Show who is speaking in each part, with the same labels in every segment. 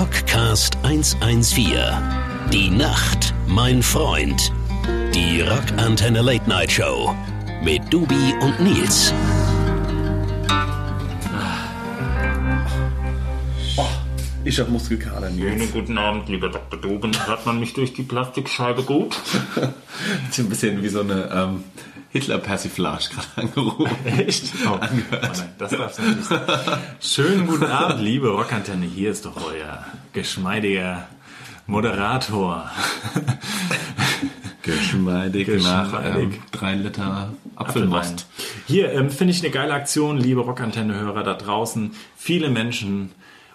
Speaker 1: Podcast 114. Die Nacht, mein Freund. Die Rock Antenne Late Night Show mit Dubi und Nils.
Speaker 2: Ich hab Muskelkater,
Speaker 3: Schönen
Speaker 2: Nils.
Speaker 3: guten Abend, lieber Dr. Doben. Hört man mich durch die Plastikscheibe gut?
Speaker 2: Das ist ein bisschen wie so eine ähm, Hitler-Persiflage gerade angerufen.
Speaker 4: Echt? Oh, nein, das darf's natürlich sein. Schönen guten Abend, liebe Rockantenne. Hier ist doch euer geschmeidiger Moderator.
Speaker 2: Geschmeidig, nach
Speaker 4: Geschmeidig.
Speaker 2: ähm, drei Liter Apfelmost.
Speaker 4: Hier ähm, finde ich eine geile Aktion, liebe Rockantenne-Hörer da draußen. Viele Menschen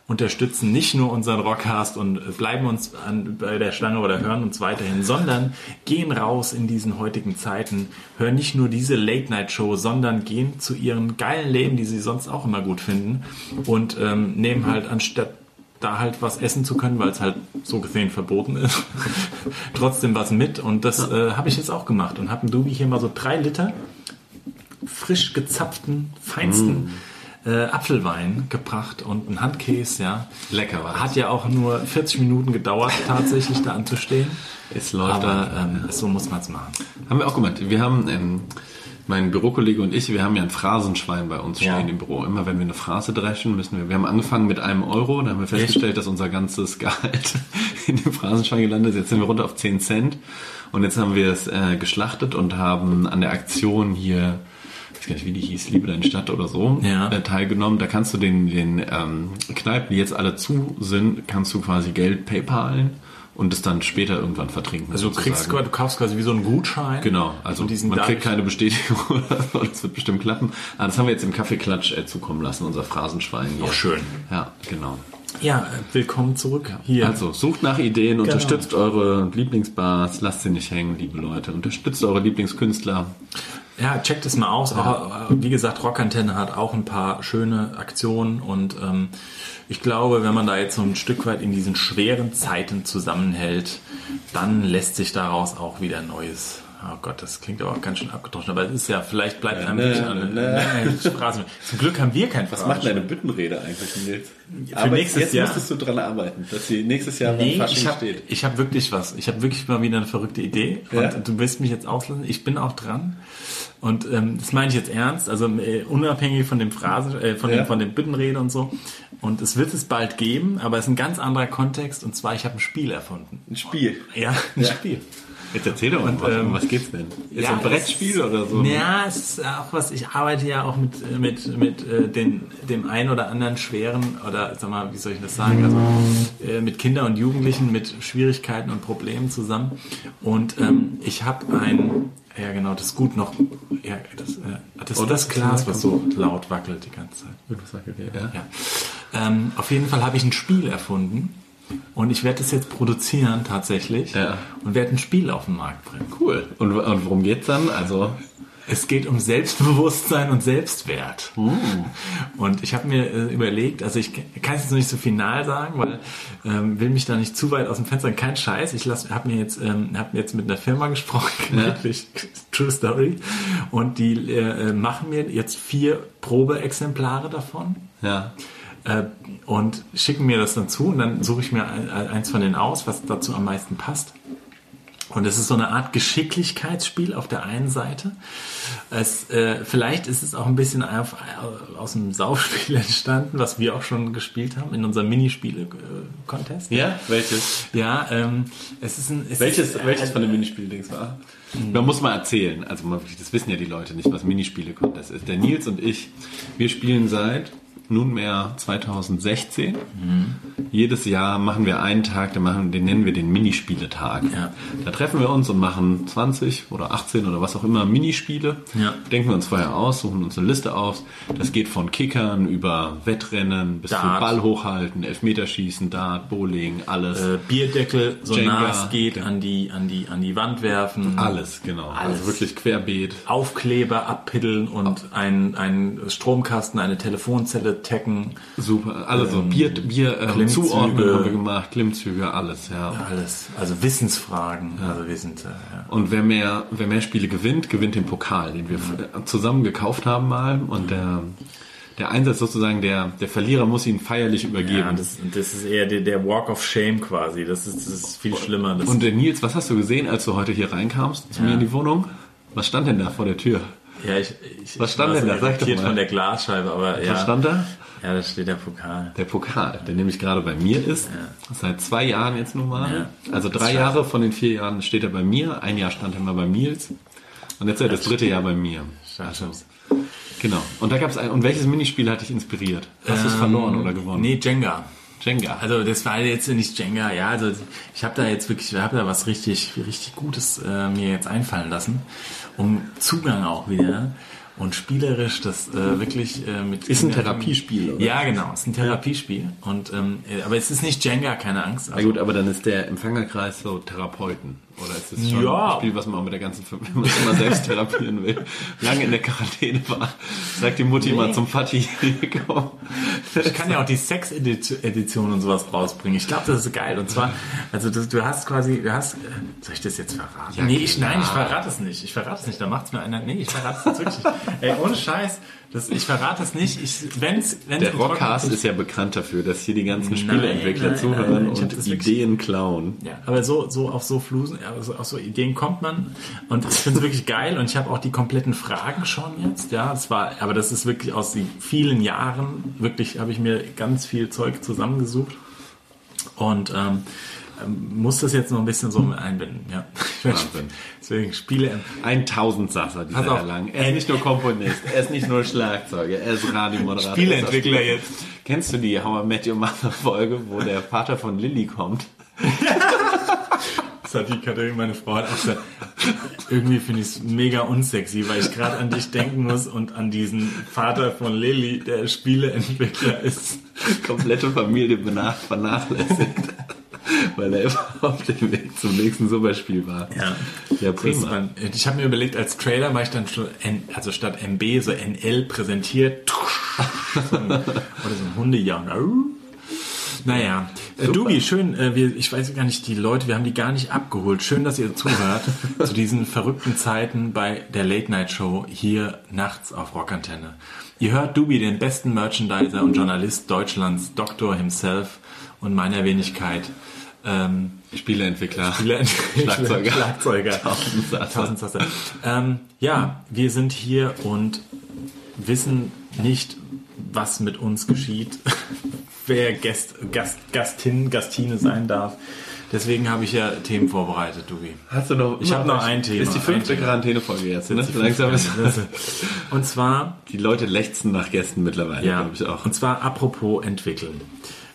Speaker 4: unterstützen nicht nur unseren Rockcast und äh, bleiben uns an, bei der Stange oder hören uns weiterhin, sondern gehen raus in diesen heutigen Zeiten, hören nicht nur diese Late-Night-Show, sondern gehen zu ihren geilen Läden, die sie sonst auch immer gut finden und ähm, nehmen halt anstatt da halt was essen zu können, weil es halt so gesehen verboten ist, trotzdem was mit und das äh, habe ich jetzt auch gemacht und habe ein Dubi hier mal so drei Liter frisch gezapften, feinsten
Speaker 2: Mm.
Speaker 4: äh, Apfelwein gebracht und einen Handkäse, ja.
Speaker 2: Lecker war
Speaker 4: Hat ja auch nur 40 Minuten gedauert, tatsächlich da anzustehen.
Speaker 2: Es läuft
Speaker 4: Aber
Speaker 2: einfach.
Speaker 4: ähm, so muss man es machen.
Speaker 2: Haben wir auch gemacht. Wir haben, ähm, mein Bürokollege und ich, wir haben ja ein Phrasenschwein bei uns
Speaker 4: Ja.
Speaker 2: stehen im Büro. Immer wenn wir eine Phrase dreschen, müssen wir. Wir haben angefangen mit einem Euro, dann haben wir festgestellt, dass unser ganzes Gehalt in dem Phrasenschwein gelandet ist. Jetzt sind wir runter auf 10 Cent. Und jetzt haben wir es äh, geschlachtet und haben an der Aktion hier, ich weiß gar nicht, wie die hieß, Liebe deine Stadt oder so,
Speaker 4: Ja.
Speaker 2: äh, teilgenommen. Da kannst du den, den ähm, Kneipen, die jetzt alle zu sind, kannst du quasi Geld PayPalen und es dann später irgendwann vertrinken.
Speaker 4: Also du, kriegst,
Speaker 2: sozusagen.
Speaker 4: quasi- du kaufst quasi wie so einen Gutschein.
Speaker 2: Genau, also
Speaker 4: Und diesen
Speaker 2: man kriegt
Speaker 4: dadurch-
Speaker 2: keine Bestätigung oder so, das wird bestimmt klappen. Aber das haben wir jetzt im Kaffeeklatsch äh, zukommen lassen, unser Phrasenschwein hier.
Speaker 4: Auch schön.
Speaker 2: Ja, genau.
Speaker 4: Ja, äh, willkommen zurück hier. Genau.
Speaker 2: Also sucht nach Ideen, unterstützt eure Lieblingsbars, lasst sie nicht hängen, liebe Leute. Unterstützt eure Lieblingskünstler.
Speaker 4: Ja, checkt es mal aus. Auch, äh, wie gesagt, Rockantenne hat auch ein paar schöne Aktionen und ähm, ich glaube, wenn man da jetzt so ein Stück weit in diesen schweren Zeiten zusammenhält, dann lässt sich daraus auch wieder Neues. Oh Gott, das klingt aber auch ganz schön abgedroschen, aber es ist ja, vielleicht bleibt einem
Speaker 2: ne,
Speaker 4: nicht an.
Speaker 2: ne.
Speaker 4: Nein, Phrasen. Zum Glück haben wir kein Was
Speaker 2: Büttenrede eigentlich, Nils?
Speaker 4: Aber nächstes jetzt Jahr. müsstest
Speaker 2: du dran arbeiten, dass sie nächstes Jahr
Speaker 4: Nee, ich habe hab wirklich was. Ich habe wirklich mal wieder eine verrückte Idee. Und
Speaker 2: Ja?
Speaker 4: du willst mich jetzt auslassen. Ich bin auch dran. Und ähm, das meine ich jetzt ernst. Also äh, unabhängig von dem Phrasen, äh, von,
Speaker 2: Ja?
Speaker 4: dem, von dem Bittenrede und so. Und es wird es bald geben, aber es ist ein ganz anderer Kontext. Und zwar, ich habe ein Spiel erfunden.
Speaker 2: Ein Spiel.
Speaker 4: Ja, ein Spiel.
Speaker 2: Jetzt erzähl doch mal, was,
Speaker 4: ähm,
Speaker 2: um was geht's denn? Ist
Speaker 4: ja,
Speaker 2: ein Brettspiel
Speaker 4: es-
Speaker 2: oder so? ne?
Speaker 4: Ja, es ist auch was. Ich arbeite ja auch mit, äh, mit, mit äh, den, dem einen oder anderen schweren oder sag mal, wie soll ich das sagen? Also äh, mit Kindern und Jugendlichen mit Schwierigkeiten und Problemen zusammen. Und ähm, ich habe ein, ja genau, das ist gut noch. Ja, das, äh, das,
Speaker 2: Oh,
Speaker 4: ist
Speaker 2: das
Speaker 4: das
Speaker 2: ist
Speaker 4: Glas,
Speaker 2: lecker.
Speaker 4: was so laut wackelt die ganze Zeit.
Speaker 2: Ja.
Speaker 4: Ja. Ähm, auf jeden Fall habe ich ein Spiel erfunden und ich werde es jetzt produzieren tatsächlich
Speaker 2: Ja.
Speaker 4: und werde ein Spiel auf den Markt bringen.
Speaker 2: Cool. Und, und worum geht's dann? Also,
Speaker 4: Es geht um Selbstbewusstsein und Selbstwert. Und ich habe mir äh, überlegt, also ich kann es jetzt noch nicht so final sagen, weil ähm, will mich da nicht zu weit aus dem Fenster. Kein Scheiß. Ich habe mir jetzt, ähm, hab jetzt mit einer Firma gesprochen,
Speaker 2: Ja.
Speaker 4: wirklich True Story. Und die äh, äh, machen mir jetzt vier Probeexemplare davon
Speaker 2: ja.
Speaker 4: äh, und schicken mir das dann zu und dann suche ich mir ein, eins von denen aus, was dazu am meisten passt. Und es ist so eine Art Geschicklichkeitsspiel auf der einen Seite. Es, äh, vielleicht ist es auch ein bisschen auf, äh, aus dem Saufspiel entstanden, was wir auch schon gespielt haben in unserem Minispiele-Contest.
Speaker 2: Ja? Welches?
Speaker 4: Ja, ähm, es ist ein. Es
Speaker 2: Welches,
Speaker 4: ist,
Speaker 2: welches von den
Speaker 4: also-
Speaker 2: Minispiel-Dings war? Man muss mal erzählen, also man, das wissen ja die Leute nicht, was Minispiele-Contest ist. Der Nils und ich, wir spielen seit nunmehr 2016.
Speaker 4: Mhm.
Speaker 2: Jedes Jahr machen wir einen Tag, den, machen, den nennen wir den Minispieletag.
Speaker 4: Ja.
Speaker 2: Da treffen wir uns und machen 20 oder 18 oder was auch immer Minispiele.
Speaker 4: Ja.
Speaker 2: Denken wir uns vorher aus, suchen uns eine Liste aus. Das geht von Kickern über Wettrennen bis zu
Speaker 4: Dart.
Speaker 2: Ball hochhalten, Elfmeterschießen, Dart, Bowling, alles.
Speaker 4: äh, Bierdeckel, so
Speaker 2: Jenga.
Speaker 4: nah es geht, an die, an, die, an die Wand werfen.
Speaker 2: Alles, genau.
Speaker 4: Alles.
Speaker 2: Also wirklich querbeet.
Speaker 4: Aufkleber abpiddeln und einen, einen Stromkasten, eine Telefonzelle tacken.
Speaker 2: Super. Alles so. Bier, Bier äh,
Speaker 4: Ähm, Klimmzüge.
Speaker 2: Zuordnung haben wir gemacht, Klimmzüge, alles, ja.
Speaker 4: Alles. Also Wissensfragen. Also wir sind, äh, ja.
Speaker 2: Und wer mehr, äh, wer mehr Spiele gewinnt, gewinnt den Pokal, den wir f- zusammen gekauft haben mal. Und der der Einsatz sozusagen, der, der Verlierer muss ihn feierlich übergeben.
Speaker 4: Ja, das, das ist eher der, der Walk of Shame quasi. Das ist, das ist viel schlimmer. Das
Speaker 2: und äh, Nils, was hast du gesehen, als du heute hier reinkamst zu mir in die Wohnung? Was stand denn da vor der Tür?
Speaker 4: ja, ich, ich,
Speaker 2: Was stand denn
Speaker 4: ich war so
Speaker 2: da? Sag doch
Speaker 4: irritiert
Speaker 2: mal.
Speaker 4: von der Glasscheibe, aber ja.
Speaker 2: Was stand da?
Speaker 4: Ja, da steht der Pokal.
Speaker 2: Der Pokal, der nämlich gerade bei mir ist, seit zwei Jahren jetzt nun mal. Also drei Jahre von den vier Jahren steht er bei mir, ein Jahr stand er mal bei Nils und jetzt seit das dritte Jahr bei mir. Also,
Speaker 4: Schade.
Speaker 2: Genau. Und da gab es ein. Und welches Minispiel hat dich inspiriert? Hast du es verloren oder gewonnen?
Speaker 4: Nee, Jenga.
Speaker 2: Jenga.
Speaker 4: Also das war jetzt nicht Jenga, ja, also ich habe da jetzt wirklich, ich habe da was richtig, richtig Gutes äh, mir jetzt einfallen lassen, um Zugang auch wieder und spielerisch das äh, wirklich äh, mit
Speaker 2: Ist ein
Speaker 4: Kindern-
Speaker 2: Therapiespiel, oder?
Speaker 4: Ja, genau, ist ein Therapiespiel und ähm, äh, aber es ist nicht Jenga, keine Angst. Also,
Speaker 2: Na gut, aber dann ist der Empfängerkreis so Therapeuten. Oder ist das schon
Speaker 4: Ja.
Speaker 2: ein Spiel, was man auch mit der ganzen Familie, wenn man sich mal selbst therapieren will? Lange in der Quarantäne war, sagt die Mutti mal zum Vati, komm.
Speaker 4: Ich kann ja auch die Sex-Edition und sowas rausbringen. Ich glaube, das ist geil. Und zwar, also das, du hast quasi, du hast, äh, soll ich das jetzt verraten? nee, ich,
Speaker 2: genau.
Speaker 4: nein, ich verrate es nicht. Ich verrate es nicht. Da macht's mir einer. Nee, ich verrate es jetzt wirklich nicht. Ey, ohne Scheiß. Das, ich verrate es nicht. Ich, wenn's, wenn's
Speaker 2: Der
Speaker 4: im
Speaker 2: Rockcast
Speaker 4: Trockenen-
Speaker 2: ist ja bekannt dafür, dass hier die ganzen
Speaker 4: Nein,
Speaker 2: Spieleentwickler
Speaker 4: nein,
Speaker 2: zuhören
Speaker 4: nein, ich hab
Speaker 2: und
Speaker 4: das wirklich-
Speaker 2: Ideen klauen.
Speaker 4: Ja, aber so, so auf so Flusen, also auf so Ideen kommt man. Und ich finde es wirklich geil. Und ich habe auch die kompletten Fragen schon jetzt. Ja, das war, aber das ist wirklich aus den vielen Jahren, wirklich habe ich mir ganz viel Zeug zusammengesucht. Und ähm, ähm, muss das jetzt noch ein bisschen so mit einbinden. Ja.
Speaker 2: Wahnsinn.
Speaker 4: Deswegen Spiele.
Speaker 2: Ein Tausendsasser, dieser
Speaker 4: Pass auf.
Speaker 2: Herr Lang. Er ist nicht nur Komponist, er ist nicht nur Schlagzeuger, er ist Radiomoderator.
Speaker 4: Spieleentwickler
Speaker 2: Er ist auch
Speaker 4: jetzt.
Speaker 2: Kennst du die How I Met Your Mother Folge, wo der Vater von Lilly kommt?
Speaker 4: Das hat die Katharina, meine Frau, hat auch gesagt. Irgendwie finde ich es mega unsexy, weil ich gerade an dich denken muss und an diesen Vater von Lilly, der Spieleentwickler ist.
Speaker 2: komplette Familie benach- vernachlässigt, weil er immer auf dem Weg zum nächsten Superspiel war.
Speaker 4: Ja.
Speaker 2: ja
Speaker 4: Das
Speaker 2: prima.
Speaker 4: war- Ich habe mir überlegt, als Trailer war ich dann schon, N, also statt MB so NL präsentiert. So ein- Oder so ein Hundejagen. Naja, äh, Dugi, schön, äh, wir, ich weiß gar nicht, die Leute, wir haben die gar nicht abgeholt. Schön, dass ihr zuhört zu diesen verrückten Zeiten bei der Late-Night-Show hier nachts auf Rockantenne. Ihr hört Dubi, den besten Merchandiser und Journalist Deutschlands, Doktor himself und meiner Wenigkeit. Ähm,
Speaker 2: Spieleentwickler.
Speaker 4: Spiele-
Speaker 2: Schlagzeuger.
Speaker 4: Schlagzeuger.
Speaker 2: Tausendsasser.
Speaker 4: Tausendsasser. Ähm, ja, wir sind hier und wissen nicht, was mit uns geschieht, wer Gäst, Gast, Gastin, Gastine sein darf. Deswegen habe ich ja Themen vorbereitet, Dugi.
Speaker 2: Hast du noch?
Speaker 4: Ich hab noch ein Thema,
Speaker 2: Ist die fünfte
Speaker 4: ein Thema.
Speaker 2: Quarantänefolge jetzt. Ne? Langsam ist
Speaker 4: Und zwar
Speaker 2: die Leute lechzen nach Gästen mittlerweile,
Speaker 4: Ja,
Speaker 2: glaube ich auch.
Speaker 4: Und zwar apropos entwickeln.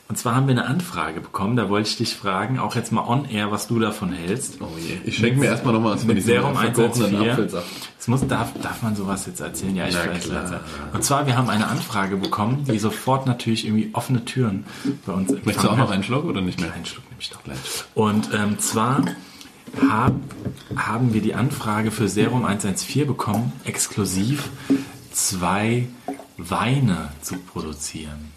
Speaker 4: Und zwar haben wir eine Anfrage bekommen, da wollte ich dich fragen, auch jetzt mal on air, was du davon hältst.
Speaker 2: Oh je. Ich schenke mir erstmal nochmal
Speaker 4: mit Serum
Speaker 2: verkochenen
Speaker 4: 114.
Speaker 2: Apfelsaft.
Speaker 4: Es muss, darf, darf man sowas jetzt erzählen? Ja, ich
Speaker 2: Na
Speaker 4: weiß
Speaker 2: klar.
Speaker 4: klar. Und zwar, wir haben eine Anfrage bekommen, die sofort natürlich irgendwie offene Türen bei uns
Speaker 2: Möchtest du auch
Speaker 4: empfangen
Speaker 2: noch
Speaker 4: hat.
Speaker 2: einen Schluck oder nicht mehr?
Speaker 4: Einen Schluck nehme ich doch gleich. Und ähm, zwar hab, haben wir die Anfrage für Serum 114 bekommen, exklusiv zwei Weine zu produzieren.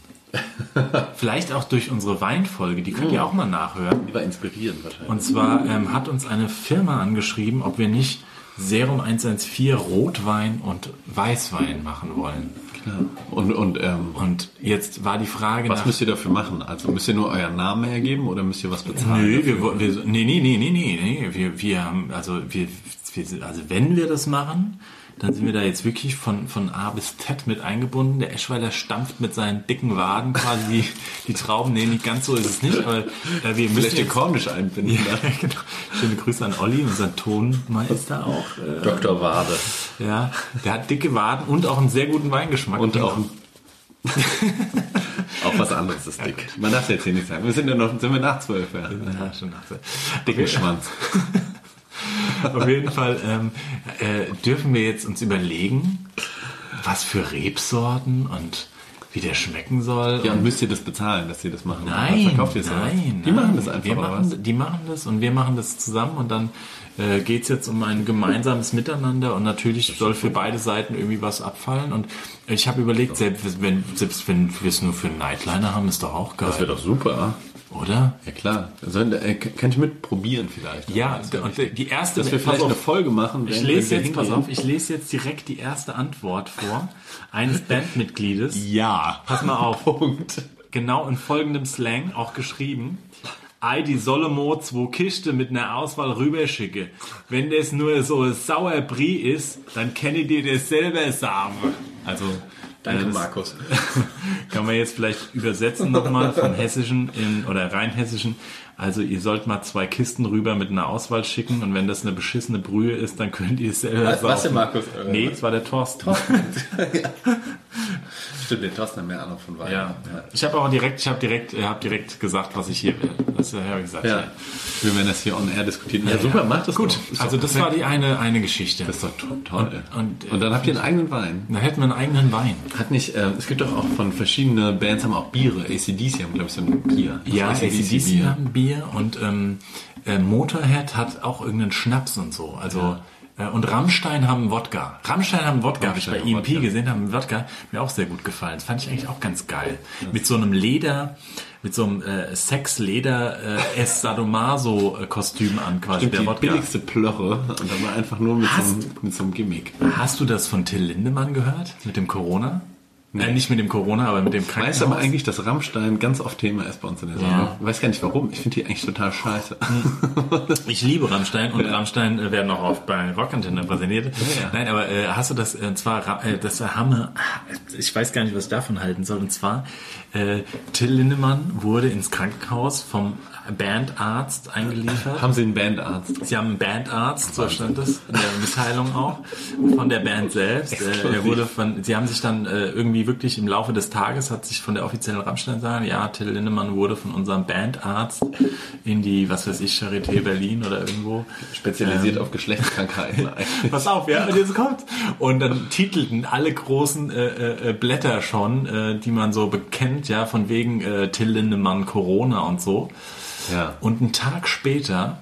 Speaker 4: Vielleicht auch durch unsere Weinfolge, die
Speaker 2: Oh.
Speaker 4: könnt ihr auch mal nachhören.
Speaker 2: Die war inspirierend wahrscheinlich.
Speaker 4: Und zwar ähm, hat uns eine Firma angeschrieben, ob wir nicht Serum 114 Rotwein und Weißwein machen wollen.
Speaker 2: Und, und ähm,
Speaker 4: Und jetzt war die Frage
Speaker 2: was
Speaker 4: nach...
Speaker 2: müsst ihr dafür machen? Also müsst ihr nur euren Namen hergeben oder müsst ihr was bezahlen?
Speaker 4: Nö, wir, wo- wir, nee, nee, nee, nee, nee, nee. Wir, wir haben, also, wir, wir, sind- also wenn wir das machen, dann sind wir da jetzt wirklich von, von A bis Z mit eingebunden. Der Eschweiler stampft mit seinen dicken Waden quasi die Trauben. Nee, nicht ganz so ist es nicht, aber äh, wir müssen
Speaker 2: Vielleicht den
Speaker 4: jetzt,
Speaker 2: Kornisch einbinden.
Speaker 4: ja, genau. Schöne Grüße an Olli, unseren Tonmeister auch. Äh,
Speaker 2: Dr. Wade.
Speaker 4: ja, der hat dicke Waden und auch einen sehr guten Weingeschmack.
Speaker 2: Und auch, auch was anderes ist dick. Man darf jetzt hier nicht sagen. Wir sind ja noch sind wir nach zwölf. Ja.
Speaker 4: Ja, schon dachte.
Speaker 2: Dicken Schwanz.
Speaker 4: Auf jeden Fall ähm, äh, dürfen wir jetzt uns überlegen, was für Rebsorten und wie der schmecken soll.
Speaker 2: Ja,
Speaker 4: und
Speaker 2: und müsst ihr das bezahlen, dass ihr das machen? Oder
Speaker 4: nein,
Speaker 2: Verkauft ihr es aber?
Speaker 4: nein,
Speaker 2: Die machen
Speaker 4: nein.
Speaker 2: das einfach,
Speaker 4: Wir
Speaker 2: oder
Speaker 4: machen, die machen das und wir machen das zusammen und dann äh, geht es jetzt um ein gemeinsames Miteinander und natürlich soll für beide Seiten irgendwie was abfallen. Und ich habe überlegt, selbst wenn, selbst wenn wir es nur für einen Nightliner haben, ist doch auch geil,
Speaker 2: Das wäre doch super.
Speaker 4: oder?
Speaker 2: Ja klar. Sollen, äh, kann ich mit probieren vielleicht?
Speaker 4: Ja,
Speaker 2: Das wär
Speaker 4: und äh,
Speaker 2: wichtig.
Speaker 4: die erste...
Speaker 2: dass wir
Speaker 4: vielleicht
Speaker 2: vielleicht eine Folge machen.
Speaker 4: Ich
Speaker 2: wenn-
Speaker 4: lese
Speaker 2: wenn wir
Speaker 4: jetzt, pass
Speaker 2: hingehen.
Speaker 4: auf, ich lese jetzt direkt die erste Antwort vor eines Bandmitgliedes.
Speaker 2: ja.
Speaker 4: Pass mal auf.
Speaker 2: Punkt.
Speaker 4: Genau in folgendem Slang auch geschrieben. Ei, die solle mo zwei Kiste mit einer Auswahl rüberschicke. Wenn das nur so ein sauer Brie ist, dann kenne ich dir das selber sagen. Also,
Speaker 2: Danke,
Speaker 4: das
Speaker 2: Markus.
Speaker 4: Kann man jetzt vielleicht übersetzen nochmal vom Hessischen in, oder Rheinhessischen. Also ihr sollt mal zwei Kisten rüber mit einer Auswahl schicken und wenn das eine beschissene Brühe ist, dann könnt ihr es selber
Speaker 2: Was- was
Speaker 4: saufen.
Speaker 2: denn, Markus? Äh,
Speaker 4: Nee, es war der Thorsten.
Speaker 2: Stimmt, den Thorsten haben mehr Ahnung von Wein.
Speaker 4: Ja. Ich habe auch direkt, ich habe direkt, äh, hab direkt gesagt, was ich hier will. Das äh, habe ich gesagt.
Speaker 2: Ja. Wir werden das hier on air diskutieren. Ja,
Speaker 4: ja.
Speaker 2: macht das
Speaker 4: Gut,
Speaker 2: Gut.
Speaker 4: also das war die eine, eine Geschichte.
Speaker 2: Das ist doch to- toll.
Speaker 4: Und- äh, und-
Speaker 2: dann habt ihr einen eigenen Wein.
Speaker 4: Dann hätten wir einen eigenen Wein.
Speaker 2: Hat nicht, ähm, es gibt doch auch von verschiedenen Bands haben auch Biere. ACDC haben, glaube ich, so ein Bier.
Speaker 4: Ja,
Speaker 2: Das AC/DC
Speaker 4: ACDC haben Bier und ähm, äh, Motorhead hat auch irgendeinen Schnaps und so. Also äh, und Rammstein haben Wodka. Rammstein haben Wodka, habe ich bei
Speaker 2: Rammstein haben
Speaker 4: EMP
Speaker 2: Wodka.
Speaker 4: gesehen, haben Wodka. Mir auch sehr gut gefallen. Das fand ich eigentlich auch ganz geil. Mit so einem Leder, mit so einem äh, Sex-Leder äh, Es Sadomaso-Kostüm an quasi
Speaker 2: Stimmt,
Speaker 4: der
Speaker 2: die
Speaker 4: Wodka.
Speaker 2: billigste Plörre. Und dann mal einfach nur mit so,
Speaker 4: Hast-
Speaker 2: einem, mit so einem Gimmick.
Speaker 4: Hast du das von Till Lindemann gehört? Mit dem Corona? Äh, nicht mit dem Corona, aber mit dem Krankenhaus.
Speaker 2: Weißt du aber eigentlich, dass Rammstein ganz oft Thema ist bei uns in der Sendung?
Speaker 4: Ja. Hm.
Speaker 2: Ich weiß gar nicht warum. Ich finde die eigentlich total scheiße.
Speaker 4: Ich liebe Rammstein und Rammstein äh, werden auch oft bei Rockantenne präsentiert. Nein, aber äh, hast du das, äh, und zwar, Ra- äh, das Hammer, äh, ich weiß gar nicht, was ich davon halten soll, und zwar, äh, Till Lindemann wurde ins Krankenhaus vom Bandarzt eingeliefert.
Speaker 2: haben sie einen Bandarzt?
Speaker 4: Sie haben einen Bandarzt, so stand das in der Mitteilung auch, von der Band selbst. Äh, er wurde von, sie haben sich dann äh, irgendwie wirklich im Laufe des Tages, hat sich von der offiziellen Rammstein sagen, ja, Till Lindemann wurde von unserem Bandarzt in die, was weiß ich, Charité Berlin oder irgendwo
Speaker 2: Spezialisiert auf Geschlechtskrankheiten eigentlich.
Speaker 4: Pass auf, ja, und jetzt kommt. Und dann titelten alle großen äh, äh, Blätter schon, äh, die man so bekennt, ja, von wegen äh, Till Lindemann Corona und so.
Speaker 2: Ja.
Speaker 4: Und einen Tag später,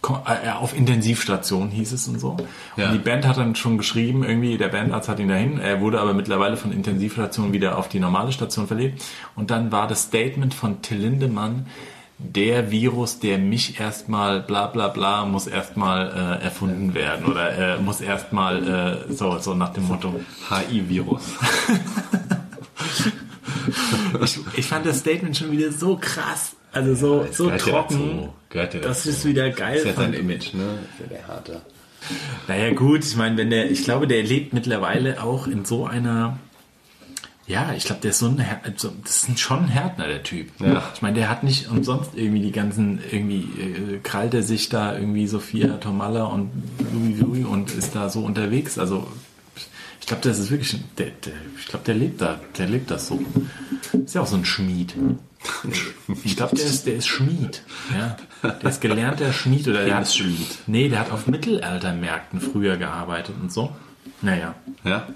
Speaker 4: ko- äh, auf Intensivstation hieß es und so.
Speaker 2: Ja.
Speaker 4: Und die Band hat dann schon geschrieben, irgendwie, der Bandarzt hat ihn dahin. Er wurde aber mittlerweile von Intensivstation wieder auf die normale Station verlegt. Und dann war das Statement von Till Lindemann, der Virus, der mich erstmal bla bla bla, muss erstmal äh, erfunden werden oder äh, muss erstmal äh, so, so nach dem Motto.
Speaker 2: HI-Virus.
Speaker 4: Ich, ich fand das Statement schon wieder so krass, also so, so
Speaker 2: gehört ja
Speaker 4: trocken,
Speaker 2: dazu. Gehört ja
Speaker 4: dass
Speaker 2: dazu.
Speaker 4: ich es wieder geil
Speaker 2: Das ist ja sein
Speaker 4: fand.
Speaker 2: Image, ne? Das ist ja der harte.
Speaker 4: Naja, gut, ich meine, wenn der, ich glaube, der lebt mittlerweile auch in so einer, ja, ich glaube, der ist so ein, Her- so- das ist schon ein Härtner, der Typ.
Speaker 2: Ja.
Speaker 4: Ich meine, der hat nicht umsonst irgendwie die ganzen, irgendwie äh, krallt er sich da irgendwie Sophia Tomalla und Louis Louis und ist da so unterwegs. Also, ich glaube, das ist wirklich, ein- der, der, ich glaube, der lebt da, der lebt das so. Ist ja auch so ein Schmied. Ich glaube, der ist, der ist Schmied. Ja. Der ist gelernter Schmied oder der hat,
Speaker 2: Penisschmied.
Speaker 4: Nee, der hat auf Mittelaltermärkten früher gearbeitet und so. Naja.
Speaker 2: Ja?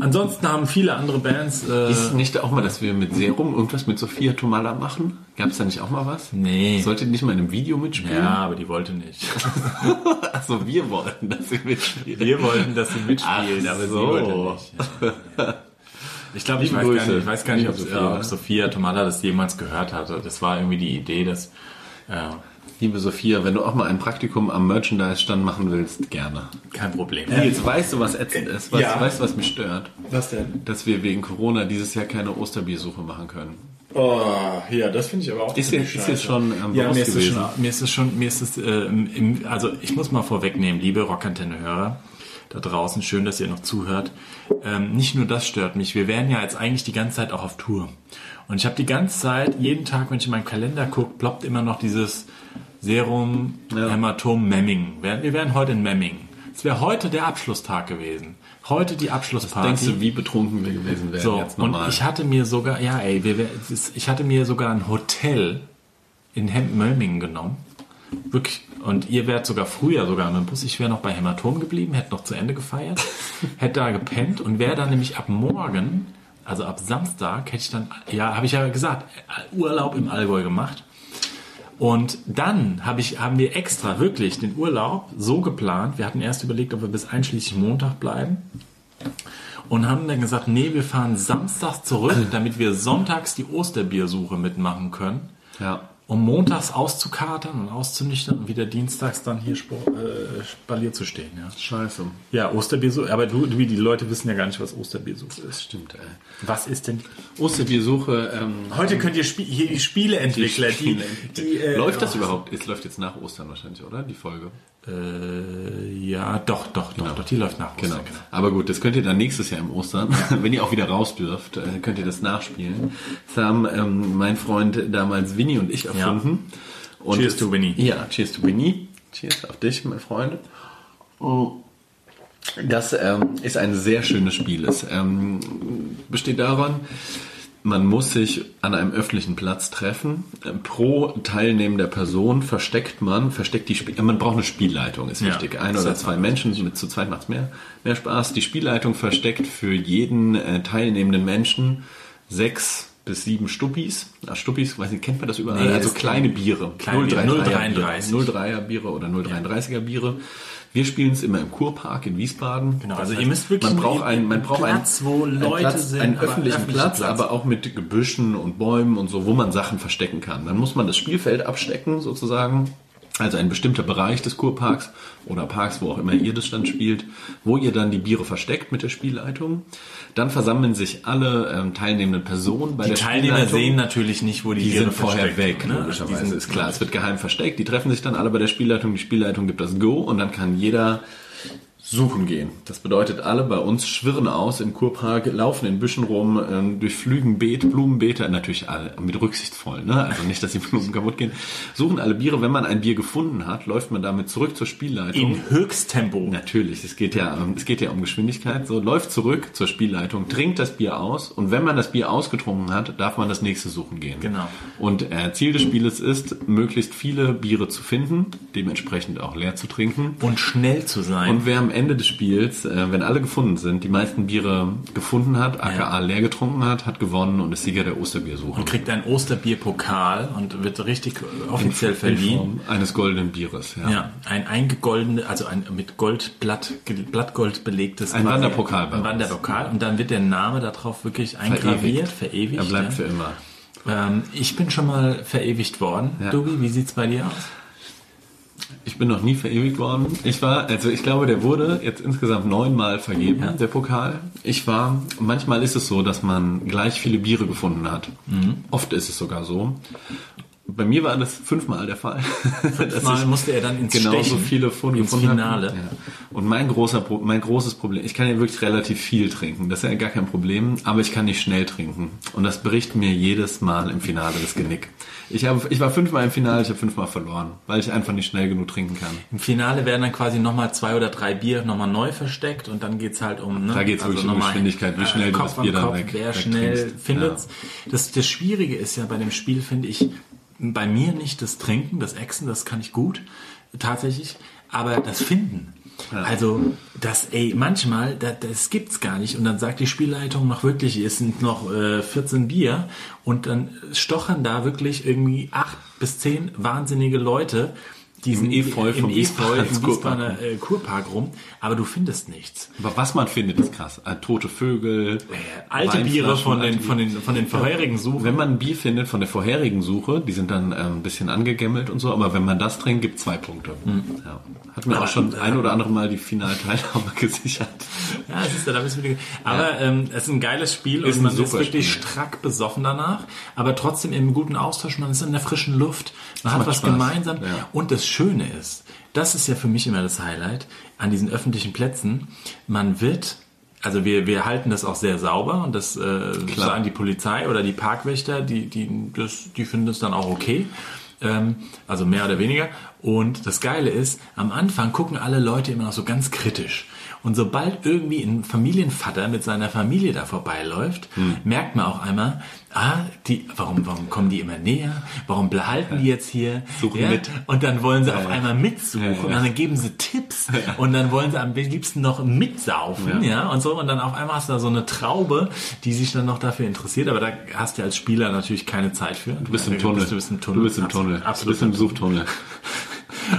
Speaker 4: Ansonsten haben viele andere Bands. Äh,
Speaker 2: Ist nicht auch mal, dass wir mit Serum irgendwas mit Sophia Tomala machen? Gab es da nicht auch mal was?
Speaker 4: nee.
Speaker 2: Sollte die nicht mal in einem Video mitspielen?
Speaker 4: ja, aber die wollte nicht.
Speaker 2: Achso, wir wollten, dass sie mitspielen.
Speaker 4: Wir wollten, dass sie mitspielen,
Speaker 2: Ach
Speaker 4: aber sie
Speaker 2: so.
Speaker 4: wollte nicht. Ich glaube, ich,
Speaker 2: Liebe
Speaker 4: weiß gar
Speaker 2: Grüße.
Speaker 4: nicht- ich weiß gar nicht, ob,
Speaker 2: Liebe Sophia.
Speaker 4: Sophia. ob Sophia Tomala das jemals gehört hatte. Das war irgendwie die Idee, dass. Äh,
Speaker 2: Liebe Sophia, wenn du auch mal ein Praktikum am Merchandise-Stand machen willst, gerne.
Speaker 4: kein Problem.
Speaker 2: Nils, weißt du, was ätzend ist? Weißt,
Speaker 5: Ja.
Speaker 2: weißt du, was mich stört?
Speaker 5: Was denn?
Speaker 2: Dass wir wegen Corona dieses Jahr keine Osterbiersuche machen können.
Speaker 5: Oh, ja, das finde ich aber auch
Speaker 2: Ist
Speaker 5: ziemlich
Speaker 2: jetzt, ist
Speaker 5: scheiße.
Speaker 2: jetzt schon ähm,
Speaker 4: Ja,
Speaker 2: bewusst
Speaker 4: mir ist, es
Speaker 2: gewesen.
Speaker 4: schon, mir ist es schon, mir ist es, äh, im, also ich muss mal vorwegnehmen, liebe Rockantenne-Hörer da draußen, schön, dass ihr noch zuhört. Ähm, nicht nur das stört mich, wir wären ja jetzt eigentlich die ganze Zeit auch auf Tour. Und ich habe die ganze Zeit, jeden Tag, wenn ich in meinen Kalender gucke, ploppt immer noch dieses Serum
Speaker 2: Ja.
Speaker 4: Hämatom Memming. Wir, wir wären heute in Memming. Es wäre heute der Abschlusstag gewesen. Heute die Abschlussparty.
Speaker 2: Denkst du, wie betrunken wir gewesen wären
Speaker 4: So,
Speaker 2: jetzt
Speaker 4: und
Speaker 2: nochmal?
Speaker 4: ich hatte mir sogar, ja, ey, wir, wär- es ist- ich hatte mir sogar ein Hotel in Hemp-Mölmingen genommen. Wirklich. Und ihr wärt sogar früher sogar mit dem Bus. Ich wäre noch bei Hämatom geblieben, hätte noch zu Ende gefeiert, hätte da gepennt und wäre dann nämlich ab morgen, also ab Samstag, hätte ich dann, ja, habe ich ja gesagt, Urlaub im Allgäu gemacht. Und dann hab ich, haben wir extra wirklich den Urlaub so geplant. Wir hatten erst überlegt, ob wir bis einschließlich Montag bleiben. Und haben dann gesagt, nee, wir fahren samstags zurück, damit wir sonntags die Osterbiersuche mitmachen können.
Speaker 2: Ja.
Speaker 4: Um montags auszukatern und auszunüchtern und wieder dienstags dann hier Spor- äh, Spalier zu stehen. Ja,
Speaker 2: Scheiße.
Speaker 4: ja Osterbiersuche. Aber du, du, die Leute wissen ja gar nicht, was Osterbiersuche ist.
Speaker 2: Das stimmt, ey.
Speaker 4: Was ist denn
Speaker 2: Osterbiersuche. Ähm,
Speaker 4: Heute könnt ihr Spie hier die Spieleentwickler, die, die äh,
Speaker 2: läuft das überhaupt? Es läuft jetzt nach Ostern wahrscheinlich, oder? Die Folge.
Speaker 4: Äh, ja, doch, doch, doch, doch, die läuft nach Ostern.
Speaker 2: Genau. Aber gut, das könnt ihr dann nächstes Jahr im Ostern, wenn ihr auch wieder raus dürft, äh, könnt ihr das nachspielen. Das haben ähm, mein Freund damals Winnie und ich erfunden. Und
Speaker 4: Cheers to Winnie.
Speaker 2: Ja, cheers to Winnie. Cheers auf dich, mein Freund. Oh. Das ähm, ist ein sehr schönes Spiel. Es ähm, besteht daran, man muss sich an einem öffentlichen Platz treffen. Ähm, Pro teilnehmender Person versteckt man, versteckt die Spiel. Man braucht eine Spielleitung, ist
Speaker 4: Ja,
Speaker 2: wichtig. Ein
Speaker 4: das
Speaker 2: oder
Speaker 4: heißt,
Speaker 2: zwei Menschen, mit zu zweit macht es mehr, mehr Spaß. Die Spielleitung versteckt für jeden äh, teilnehmenden Menschen sechs bis sieben Stuppis. Ah, Stuppis, weiß nicht, kennt man das überall?
Speaker 4: Nee,
Speaker 2: also
Speaker 4: ist-
Speaker 2: kleine Biere.
Speaker 4: Kleine Biere,
Speaker 2: 0,33er Biere, 0,3er Biere oder 0,33er Biere. Wir spielen es immer im Kurpark in Wiesbaden.
Speaker 4: Genau,
Speaker 2: Das
Speaker 4: also ihr
Speaker 2: heißt,
Speaker 4: müsst wirklich
Speaker 2: man braucht
Speaker 4: einen-
Speaker 2: einen, man braucht einen-
Speaker 4: Platz, wo
Speaker 2: einen
Speaker 4: Leute
Speaker 2: Platz,
Speaker 4: sind,
Speaker 2: einen
Speaker 4: aber
Speaker 2: öffentlichen
Speaker 4: öffentlichen
Speaker 2: Platz,
Speaker 4: Platz.
Speaker 2: aber auch mit Gebüschen und Bäumen und so, wo man Sachen verstecken kann. Dann muss man das Spielfeld abstecken sozusagen. Also ein bestimmter Bereich des Kurparks oder Parks, wo auch immer ihr das dann spielt, wo ihr dann die Biere versteckt mit der Spielleitung. Dann versammeln sich alle ähm, teilnehmenden Personen bei
Speaker 4: Die
Speaker 2: der
Speaker 4: Teilnehmer
Speaker 2: Spielleitung.
Speaker 4: sehen natürlich nicht, wo die,
Speaker 2: Die
Speaker 4: Tiere
Speaker 2: sind vorher
Speaker 4: versteckt
Speaker 2: weg,
Speaker 4: ne?
Speaker 2: logischerweise.
Speaker 4: Die sind-
Speaker 2: ist klar, es wird geheim versteckt. Die treffen sich dann alle bei der Spielleitung. Die Spielleitung gibt das Go und dann kann jeder suchen gehen. Das bedeutet, alle bei uns schwirren aus im Kurpark, laufen in Büschen rum, ähm, durchflügen Beet, Blumenbeete, natürlich alle mit rücksichtsvoll, ne? Also nicht, dass die Blumen kaputt gehen. Suchen alle Biere. Wenn man ein Bier gefunden hat, läuft man damit zurück zur Spielleitung.
Speaker 4: In Höchsttempo.
Speaker 2: Natürlich, es geht ja, ähm, es geht ja um Geschwindigkeit. So läuft zurück zur Spielleitung, trinkt das Bier aus und wenn man das Bier ausgetrunken hat, darf man das nächste suchen gehen.
Speaker 4: Genau.
Speaker 2: Und äh, Ziel des Spieles ist, möglichst viele Biere zu finden, dementsprechend auch leer zu trinken.
Speaker 4: Und schnell zu sein.
Speaker 2: Und wer am Ende des Spiels, äh, wenn alle gefunden sind, die meisten Biere gefunden hat, aka
Speaker 4: Ja.
Speaker 2: leer getrunken hat, hat gewonnen und ist Sieger der Osterbiersuche.
Speaker 4: Und kriegt einen Osterbierpokal und wird richtig äh, offiziell
Speaker 2: In
Speaker 4: verliehen.
Speaker 2: Form eines goldenen Bieres, ja.
Speaker 4: Ja, ein eingegoldene, also ein mit Goldblatt, ge- Blattgold belegtes.
Speaker 2: Ein
Speaker 4: quasi-
Speaker 2: Wanderpokal bei
Speaker 4: Ein
Speaker 2: uns.
Speaker 4: Wanderpokal. Und dann wird der Name darauf wirklich eingraviert, verewigt.
Speaker 2: er bleibt für
Speaker 4: ja.
Speaker 2: immer.
Speaker 4: ähm, ich bin schon mal verewigt worden.
Speaker 2: Ja.
Speaker 4: Dubi, wie sieht's bei dir aus?
Speaker 2: Ich bin noch nie verewigt worden. Ich war, also ich glaube, der wurde jetzt insgesamt neunmal vergeben, der Pokal. Ich war, manchmal ist es so, dass man gleich viele Biere gefunden hat. Oft ist es sogar so. Bei mir war das fünfmal der Fall. dass
Speaker 4: Mal
Speaker 2: ich
Speaker 4: musste er dann ins
Speaker 2: genauso
Speaker 4: Stechen,
Speaker 2: genau viele von
Speaker 4: ins
Speaker 2: gefunden habe.
Speaker 4: Finale.
Speaker 2: Ja. Und mein, großer, Pro- mein großes Problem, ich kann ja wirklich relativ viel trinken, das ist ja gar kein Problem, aber ich kann nicht schnell trinken. Und das bricht mir jedes Mal im Finale das Genick. Ich, habe, ich war fünfmal im Finale, ich habe fünfmal verloren, weil ich einfach nicht schnell genug trinken kann.
Speaker 4: Im Finale werden dann quasi nochmal zwei oder drei Bier nochmal neu versteckt und dann geht's halt um. Ne?
Speaker 2: Da geht's wirklich um
Speaker 4: nochmal
Speaker 2: Geschwindigkeit, wie
Speaker 4: äh,
Speaker 2: schnell du
Speaker 4: Kopf
Speaker 2: das Bier
Speaker 4: an
Speaker 2: dann
Speaker 4: Kopf,
Speaker 2: weg-
Speaker 4: Wer
Speaker 2: wegtrinkst.
Speaker 4: schnell findet's. Das, das Schwierige ist ja bei dem Spiel, finde ich, bei mir nicht das Trinken, das Exen, das kann ich gut, tatsächlich, aber das Finden. Also, das, ey, manchmal, das, das gibt's gar nicht. Und dann sagt die Spielleitung noch wirklich, es sind noch äh, 14 Bier. Und dann stochern da wirklich irgendwie acht bis zehn wahnsinnige Leute diesen
Speaker 2: Im Efeu vom E
Speaker 4: im Efeu
Speaker 2: Wiesbaden-
Speaker 4: im
Speaker 2: ne?
Speaker 4: Wiesbadener äh, Kurpark rum, aber du findest nichts.
Speaker 2: Aber was man findet, ist krass. Äh, Tote Vögel,
Speaker 4: Alte Biere
Speaker 2: Weinflaschen,
Speaker 4: von den,
Speaker 2: alte
Speaker 4: von den, von den vorherigen Suchen.
Speaker 2: Wenn man ein Bier findet von der vorherigen Suche, die sind dann ähm, ein bisschen angegemmelt und so, aber wenn man das trinkt, gibt es zwei Punkte.
Speaker 4: Mhm.
Speaker 2: Ja. Hat mir auch
Speaker 4: äh,
Speaker 2: schon ein oder andere Mal die Finalteilnahme gesichert.
Speaker 4: Ja, es ist, ja, da bist du wieder, aber ähm, es ist ein geiles Spiel
Speaker 2: Ist
Speaker 4: und
Speaker 2: ein
Speaker 4: man ist
Speaker 2: super
Speaker 4: wirklich
Speaker 2: Spiel.
Speaker 4: strack besoffen danach, aber trotzdem im guten Austausch, man ist in der frischen Luft, man hat
Speaker 2: macht
Speaker 4: was
Speaker 2: Spaß.
Speaker 4: gemeinsam
Speaker 2: Ja.
Speaker 4: und das Schöne ist, das ist ja für mich immer das Highlight an diesen öffentlichen Plätzen, man wird also wir, wir halten das auch sehr sauber und das äh, sagen die Polizei oder die Parkwächter, die, die, das, die finden es dann auch okay. Ähm, also mehr oder weniger. Und das Geile ist, am Anfang gucken alle Leute immer noch so ganz kritisch. Und sobald irgendwie ein Familienvater mit seiner Familie da vorbeiläuft,
Speaker 2: Hm.
Speaker 4: merkt man auch einmal, ah, die, warum, warum kommen die immer näher? Warum behalten die jetzt hier?
Speaker 2: Suchen mit.
Speaker 4: Und dann wollen sie auf
Speaker 2: ja.
Speaker 4: einmal mitsuchen
Speaker 2: Ja, ja.
Speaker 4: und dann geben sie Tipps und dann wollen sie am liebsten noch mitsaufen, ja.
Speaker 2: Ja.
Speaker 4: und so. Und dann auf einmal hast du da so eine Traube, die sich dann noch dafür interessiert, aber da hast du als Spieler natürlich keine Zeit für.
Speaker 2: Du bist im Tunnel.
Speaker 4: Du bist im Tunnel.
Speaker 2: Du bist im
Speaker 4: Absolut.
Speaker 2: Tunnel. Du
Speaker 4: Absolut.
Speaker 2: bist im Suchtunnel.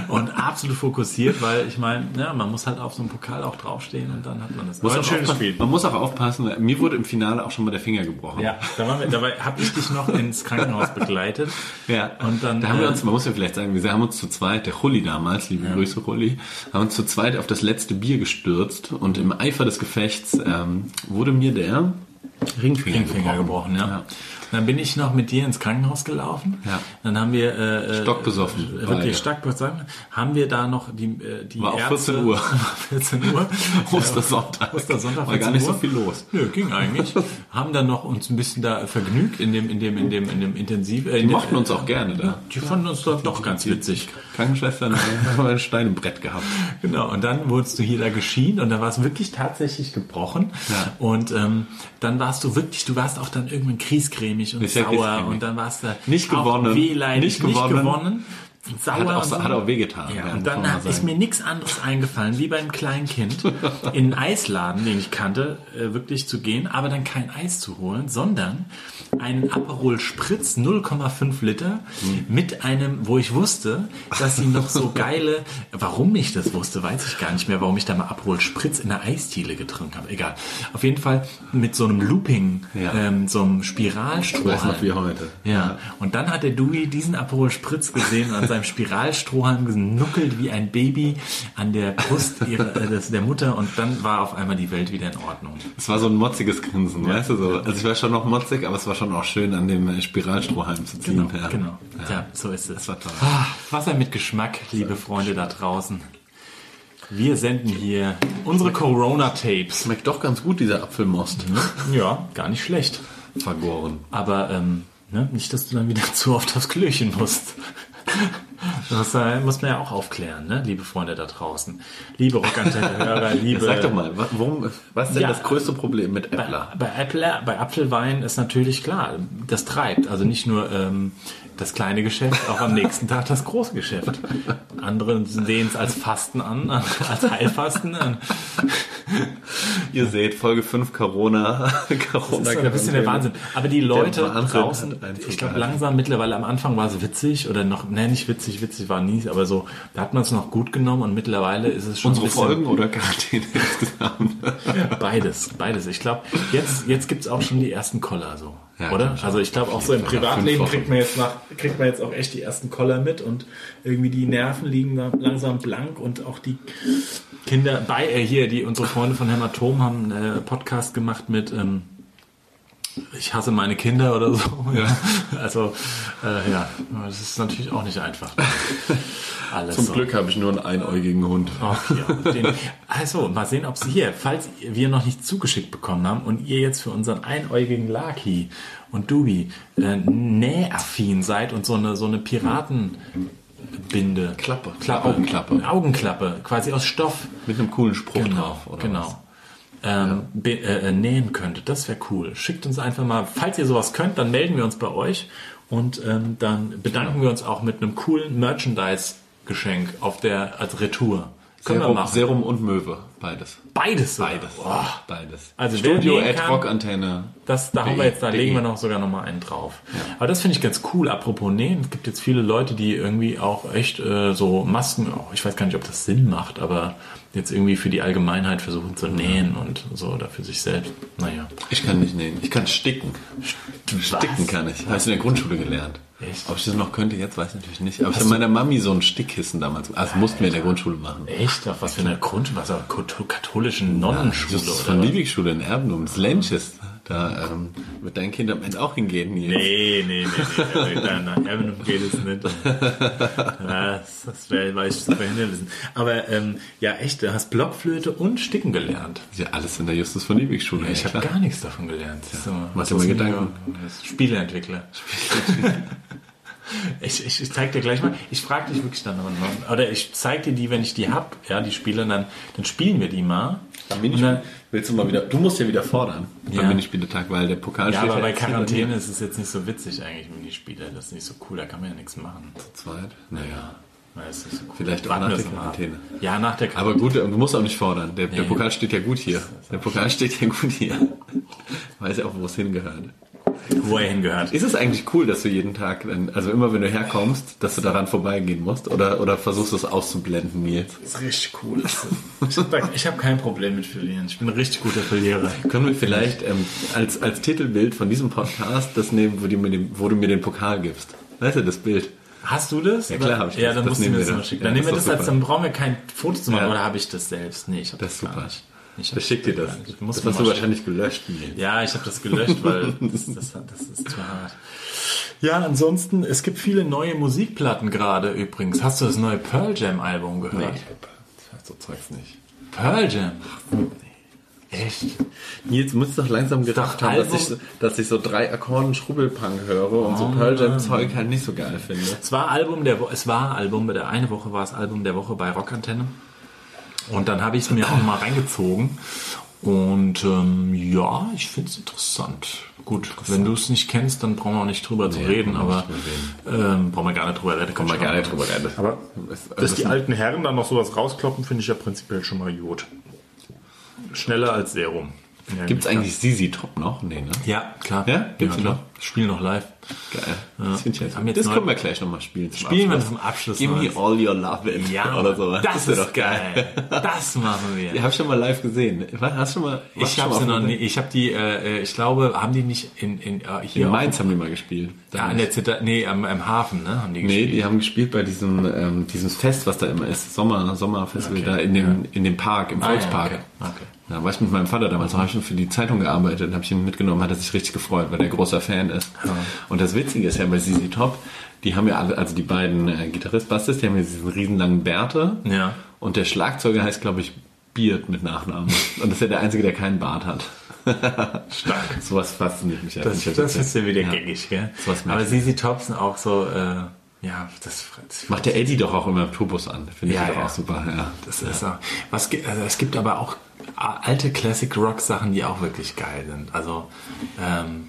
Speaker 4: Und absolut fokussiert, weil ich meine, ja, man muss halt auf so einem Pokal auch draufstehen und dann hat man das.
Speaker 2: Muss
Speaker 4: Aber
Speaker 2: auch
Speaker 4: ein schönes
Speaker 2: aufpassen-
Speaker 4: Spiel.
Speaker 2: Man muss auch aufpassen, weil mir wurde im Finale auch schon mal der Finger gebrochen.
Speaker 4: Ja, da waren wir, dabei habe ich dich noch ins Krankenhaus begleitet.
Speaker 2: Ja,
Speaker 4: Und dann,
Speaker 2: da haben wir
Speaker 4: äh,
Speaker 2: uns, man muss ja vielleicht sagen, wir haben uns zu zweit, der Hulli damals, liebe Grüße Hulli, haben uns zu zweit auf das letzte Bier gestürzt und im Eifer des Gefechts ähm, wurde mir der Ringfinger,
Speaker 4: Ringfinger gebrochen, ja.
Speaker 2: Ja.
Speaker 4: Und dann bin ich noch mit dir ins Krankenhaus gelaufen.
Speaker 2: Ja.
Speaker 4: Dann haben wir äh, äh,
Speaker 2: Stockbesoffen,
Speaker 4: Wirklich
Speaker 2: beide.
Speaker 4: stark besoffen. Haben wir da noch die äh, die
Speaker 2: War auch
Speaker 4: Ärzte,
Speaker 2: 14 Uhr.
Speaker 4: War 14 Uhr.
Speaker 2: Ostersonntag.
Speaker 4: Ostersonntag
Speaker 2: War gar
Speaker 4: 14
Speaker 2: nicht so
Speaker 4: Uhr.
Speaker 2: viel los.
Speaker 4: Nö, ging eigentlich. haben dann noch uns ein bisschen da vergnügt in dem in dem in dem in dem intensiv. Äh, die
Speaker 2: mochten uns auch gerne da.
Speaker 4: Die fanden uns doch, doch ganz witzig.
Speaker 2: Krankenschwestern ne? haben wir ein Stein im Brett gehabt.
Speaker 4: Genau, und dann wurdest du hier da geschient und da war es wirklich tatsächlich gebrochen.
Speaker 2: Ja.
Speaker 4: Und ähm, dann warst du wirklich, du warst auch dann irgendwann kriescremig und
Speaker 2: Ist ja
Speaker 4: sauer
Speaker 2: kriescremig.
Speaker 4: und dann warst du
Speaker 2: Nicht
Speaker 4: auch
Speaker 2: gewonnen.
Speaker 4: wehleidig, nicht
Speaker 2: Nicht
Speaker 4: gewonnen.
Speaker 2: gewonnen.
Speaker 4: und Sauer
Speaker 2: Hat auch,
Speaker 4: und so.
Speaker 2: hat auch wehgetan.
Speaker 4: Ja,
Speaker 2: ja, muss
Speaker 4: und
Speaker 2: man
Speaker 4: dann
Speaker 2: mal
Speaker 4: hat, ist
Speaker 2: sagen.
Speaker 4: mir nichts anderes eingefallen, wie beim kleinen Kind in einen Eisladen, den ich kannte, äh, wirklich zu gehen, aber dann kein Eis zu holen, sondern einen Aperol Spritz 0,5 Liter
Speaker 2: Hm.
Speaker 4: mit einem, wo ich wusste, dass sie noch so geile, warum ich das wusste, weiß ich gar nicht mehr, warum ich da mal Aperol Spritz in der Eisdiele getrunken habe, egal. Auf jeden Fall mit so einem Looping,
Speaker 2: Ja.
Speaker 4: ähm, so einem Spiralstrohhalm.
Speaker 2: Weiß noch wie heute.
Speaker 4: Ja, und dann hat der Dewey diesen Aperol Spritz gesehen und an seinem Spiralstrohhalm genuckelt wie ein Baby an der Brust ihrer, äh, des, der Mutter und dann war auf einmal die Welt wieder in Ordnung.
Speaker 2: Es war so ein motziges Grinsen, weißt du so. Also ich war schon noch motzig, aber es war schon auch schön, an dem äh, Spiralstrohhalm zu ziehen. ja.
Speaker 4: Genau, ja, so ist es.
Speaker 2: war toll.
Speaker 4: Ah, Wasser mit Geschmack, liebe Freunde da draußen. Wir senden hier unsere Corona-Tapes.
Speaker 2: Schmeckt doch ganz gut, dieser Apfelmost.
Speaker 4: Mhm. Ja, gar nicht schlecht.
Speaker 2: Vergoren.
Speaker 4: Aber ähm, ne, nicht, dass du dann wieder zu oft aufs Klöchen musst. Das äh, muss man ja auch aufklären, ne? liebe Freunde da draußen. Liebe Rockantenne-Hörer, liebe...
Speaker 2: Sag doch mal, wa- worum, was ist denn
Speaker 4: Ja.
Speaker 2: das größte Problem mit
Speaker 4: Bei,
Speaker 2: Äppler?
Speaker 4: bei, Apple, bei Apfelwein ist natürlich klar, das treibt. Also nicht nur ähm, das kleine Geschäft, auch am nächsten Tag das große Geschäft. Andere sehen es als Fasten an, als Heilfasten. ne? an.
Speaker 2: Ihr seht, Folge 5 Corona. Corona
Speaker 4: Das ist ein bisschen der Wahnsinn. Aber die Leute
Speaker 2: Wahnsinn
Speaker 4: draußen,
Speaker 2: hat Einzug
Speaker 4: ich glaube
Speaker 2: gehalten.
Speaker 4: langsam mittlerweile, am Anfang war es witzig oder noch, ne, nicht witzig, witzig war nie, aber so, da hat man es noch gut genommen und mittlerweile ist es schon
Speaker 2: Unsere
Speaker 4: ein bisschen
Speaker 2: Folgen oder Quarantäne insgesamt?
Speaker 4: beides, beides. Ich glaube, jetzt, jetzt gibt es auch schon die ersten Koller so.
Speaker 2: Ja,
Speaker 4: oder?
Speaker 2: glaub ich
Speaker 4: Also ich glaube auch so im
Speaker 2: Fall nach
Speaker 4: Privatleben
Speaker 2: fünf Wochen.
Speaker 4: kriegt man, jetzt nach, kriegt man jetzt auch echt die ersten Koller mit und irgendwie die Nerven liegen da langsam blank und auch die Kinder bei äh, hier, die unsere Freunde von Hämatom haben einen äh, Podcast gemacht mit ähm, ich hasse meine Kinder oder so. Ja. Also äh, ja, das ist natürlich auch nicht einfach. Alles
Speaker 2: Zum
Speaker 4: so. Oh,
Speaker 2: Glück habe ich nur einen einäugigen Hund.
Speaker 4: Auch hier. Den, also, mal sehen, ob sie hier, falls wir noch nicht zugeschickt bekommen haben und ihr jetzt für unseren einäugigen Laki und Dubi äh, nähaffin seid und so eine, so eine Piratenbinde.
Speaker 2: Klappe.
Speaker 4: Klappe.
Speaker 2: Augenklappe.
Speaker 4: Augenklappe, quasi aus Stoff.
Speaker 2: Mit einem coolen Spruch
Speaker 4: Genau,
Speaker 2: drauf, oder? Was?
Speaker 4: genau. Ähm, be- äh, äh, nähen könntet, das wäre cool. Schickt uns einfach mal, falls ihr sowas könnt, dann melden wir uns bei euch und ähm, dann bedanken wir uns auch mit einem coolen Merchandise-Geschenk auf der als Retour. Können wir
Speaker 2: Serum,
Speaker 4: machen.
Speaker 2: Serum und Möwe, beides.
Speaker 4: Beides. sogar.
Speaker 2: Beides.
Speaker 4: Boah.
Speaker 2: Beides. E
Speaker 4: Also wer
Speaker 2: Studio
Speaker 4: nähen
Speaker 2: at
Speaker 4: kann-
Speaker 2: Rockantenne.
Speaker 4: Das, da haben wir
Speaker 2: De,
Speaker 4: jetzt, da
Speaker 2: de.
Speaker 4: legen wir noch sogar noch mal einen drauf. Aber das finde ich ganz cool. Apropos nähen, es gibt jetzt viele Leute, die irgendwie auch echt äh, so Masken, auch ich weiß gar nicht, ob das Sinn macht, aber jetzt irgendwie für die Allgemeinheit versuchen zu nähen und so oder für sich selbst. Naja.
Speaker 2: Ich kann nicht nähen. Ich kann sticken. Sticken kann ich. Habe ich in der Grundschule gelernt.
Speaker 4: Echt?
Speaker 2: Ob ich das noch könnte, jetzt weiß ich natürlich nicht. Aber ich habe meiner Mami so ein Stickkissen damals. Also das mussten wir in der Grundschule machen.
Speaker 4: Echt? Auf was für eine Grund, was auf kathol- katholischen Nonnenschule
Speaker 2: Das ist
Speaker 4: oder?
Speaker 2: von Liebigschule in Erbenum, das Lenches. Da ähm, wird dein Kind am Ende auch hingehen. Nils.
Speaker 4: Nee, nee, nee, nee. Nein, nein, Eminem geht es nicht. Das, das wäre, weil ich zu verhindern Aber ähm, ja, echt, du hast Blockflöte und Sticken gelernt.
Speaker 2: Ist Ja, alles in der Justus von Liebigschule.
Speaker 4: Ich habe gar nichts davon gelernt. So,
Speaker 2: Mach
Speaker 4: was
Speaker 2: dir mal
Speaker 4: ist denn
Speaker 2: Gedanken.
Speaker 4: hier? Spieleentwickler. ich, ich, ich zeig dir gleich mal. Ich frage dich wirklich dann nochmal. Oder ich zeig dir die, wenn ich die hab, ja, die Spiele, dann, dann spielen wir die mal.
Speaker 2: Am Minispiel
Speaker 4: dann-
Speaker 2: willst du mal wieder. Du musst ja wieder fordern
Speaker 4: Ja.
Speaker 2: beim Minispieltag, weil der Pokal
Speaker 4: Ja, aber bei
Speaker 2: jetzt hier
Speaker 4: Quarantäne ist es jetzt nicht so witzig eigentlich, Minispiele. Das ist nicht so cool, da kann man ja nichts machen.
Speaker 2: mir. Zu zweit. Naja.
Speaker 4: Weil es ist nicht so cool.
Speaker 2: Vielleicht auch
Speaker 4: Warten
Speaker 2: nach
Speaker 4: wir
Speaker 2: der
Speaker 4: es mal ab.
Speaker 2: Quarantäne.
Speaker 4: Ja, nach der
Speaker 2: Aber
Speaker 4: Quarantäne.
Speaker 2: gut, du musst auch nicht fordern. Der, der
Speaker 4: Nee.
Speaker 2: Pokal steht ja gut hier. Der Pokal steht ja gut hier. Weiß ja auch, wo es hingehört.
Speaker 4: Aber wo er hingehört.
Speaker 2: Ist es eigentlich cool, dass du jeden Tag, dann- also immer wenn du herkommst, dass du daran vorbeigehen musst? Oder, oder versuchst du es auszublenden, Nils?
Speaker 4: Das ist richtig cool. Ich habe kein Problem mit Verlieren. Ich bin ein richtig guter Verlierer.
Speaker 2: Können wir vielleicht ähm, als, als Titelbild von diesem Podcast das nehmen, wo du, mir den, wo du mir den Pokal gibst? Weißt du, das Bild?
Speaker 4: Hast du das?
Speaker 2: Ja, klar hab ich
Speaker 4: Ja,
Speaker 2: das.
Speaker 4: dann
Speaker 2: Das
Speaker 4: musst du
Speaker 2: nehmen
Speaker 4: mir
Speaker 2: wir
Speaker 4: das mal
Speaker 2: dann.
Speaker 4: schicken.
Speaker 2: Ja,
Speaker 4: Dann nehmen wir
Speaker 2: das
Speaker 4: das
Speaker 2: ist
Speaker 4: als,
Speaker 2: super.
Speaker 4: dann brauchen wir kein Foto zu machen.
Speaker 2: Ja.
Speaker 4: Oder habe ich das selbst? Nee, ich habe
Speaker 2: Das ist
Speaker 4: gar
Speaker 2: super.
Speaker 4: nicht. Ich hab
Speaker 2: Das schickt dir
Speaker 4: gar
Speaker 2: das.
Speaker 4: nicht. Ich muss
Speaker 2: Das
Speaker 4: mir
Speaker 2: hast
Speaker 4: mal
Speaker 2: du
Speaker 4: schicken.
Speaker 2: wahrscheinlich gelöscht, Nils.
Speaker 4: Ja, ich habe das gelöscht, weil das, das, das ist zu hart. Ja, ansonsten, es gibt viele neue Musikplatten gerade übrigens. Hast du das neue Pearl Jam Album gehört?
Speaker 2: So Zeugs nicht.
Speaker 4: Pearl Jam? Echt?
Speaker 2: Nils muss doch langsam gedacht
Speaker 4: Doch,
Speaker 2: haben, dass ich,
Speaker 4: Album-
Speaker 2: so- dass ich so drei Akkorden Schrubbelpunk höre und
Speaker 4: Ah.
Speaker 2: so Pearl Jam Zeug halt nicht so geil finde.
Speaker 4: Es war Album der Wo es war Album der eine Woche war es Album der Woche bei Rockantenne. Und dann habe ich es mir auch mal reingezogen. Und ähm, ja, ich finde es interessant. Gut, wenn du es nicht kennst, dann brauchen wir auch nicht drüber zu reden, aber ähm, brauchen wir gar nicht drüber reden. Kommen
Speaker 2: Mal gar nicht drüber reden.
Speaker 3: Aber
Speaker 2: Es-
Speaker 3: dass die
Speaker 2: es-
Speaker 3: alten Herren dann noch sowas rauskloppen, finde ich ja prinzipiell schon mal gut. Schneller als Serum. Ja,
Speaker 2: Gibt's eigentlich Sisi Top noch? Nee, ne?
Speaker 4: Ja, klar.
Speaker 2: Ja? Gibt's die
Speaker 4: klar. Spielen noch live.
Speaker 2: Geil. Das, find ich jetzt
Speaker 4: Haben wir jetzt
Speaker 2: das
Speaker 4: neu-
Speaker 2: können wir gleich nochmal spielen. Zum
Speaker 4: Spielen wir
Speaker 2: Abschluss.
Speaker 4: zum Abschluss
Speaker 2: Give
Speaker 4: noch
Speaker 2: me
Speaker 4: was.
Speaker 2: all your love in. oder sowas.
Speaker 4: Das,
Speaker 2: wär
Speaker 4: ist doch geil. Das machen wir.
Speaker 2: Ich habe schon mal live gesehen. Was, hast du schon mal? warst
Speaker 4: ich
Speaker 2: du schon
Speaker 4: habe
Speaker 2: mal
Speaker 4: sie
Speaker 2: auf
Speaker 4: noch
Speaker 2: dem-
Speaker 4: nie. Ich habe die, äh, äh, ich glaube, haben die nicht in, in äh, hier
Speaker 2: In
Speaker 4: auf-
Speaker 2: Mainz haben die mal gespielt.
Speaker 4: Ja, an der Zitter, nee, am, am Hafen, ne, haben die
Speaker 2: Nee,
Speaker 4: gespielt.
Speaker 2: die haben gespielt bei diesem, ähm, diesem Fest, was da immer ist. Sommer, Sommerfestival
Speaker 4: Okay,
Speaker 2: da in dem, in dem Park, im
Speaker 4: Ah, ja,
Speaker 2: Volkspark.
Speaker 4: okay, okay.
Speaker 2: Da war ich mit meinem Vater damals, da habe ich schon für die Zeitung gearbeitet, habe ich ihn mitgenommen, hat er sich richtig gefreut, weil er großer Fan ist. Und das Witzige ist ja bei ZZ Top, die haben ja alle, also die beiden äh, Gitarrist, Bassist, die haben ja diesen riesenlangen Bärte.
Speaker 4: Ja.
Speaker 2: Und der Schlagzeuger heißt, glaube ich, Beard mit Nachnamen. Und das ist ja der Einzige, der keinen Bart hat. Stark. Sowas fasziniert mich ja.
Speaker 4: das,
Speaker 2: Find ich ja
Speaker 4: das
Speaker 2: witzig.
Speaker 4: ist ja wieder
Speaker 2: Ja.
Speaker 4: gängig, gell?
Speaker 2: So was merkt
Speaker 4: Aber
Speaker 2: man.
Speaker 4: Sisi Topsen auch so, äh, ja, das, das
Speaker 2: Macht der Eddie doch auch immer im Turbus an. Finde ich
Speaker 4: Ja,
Speaker 2: doch
Speaker 4: ja.
Speaker 2: auch super. Ja.
Speaker 4: Das ist auch, was, gi- also es gibt aber auch alte Classic Rock Sachen, die auch wirklich geil sind. Also, ähm,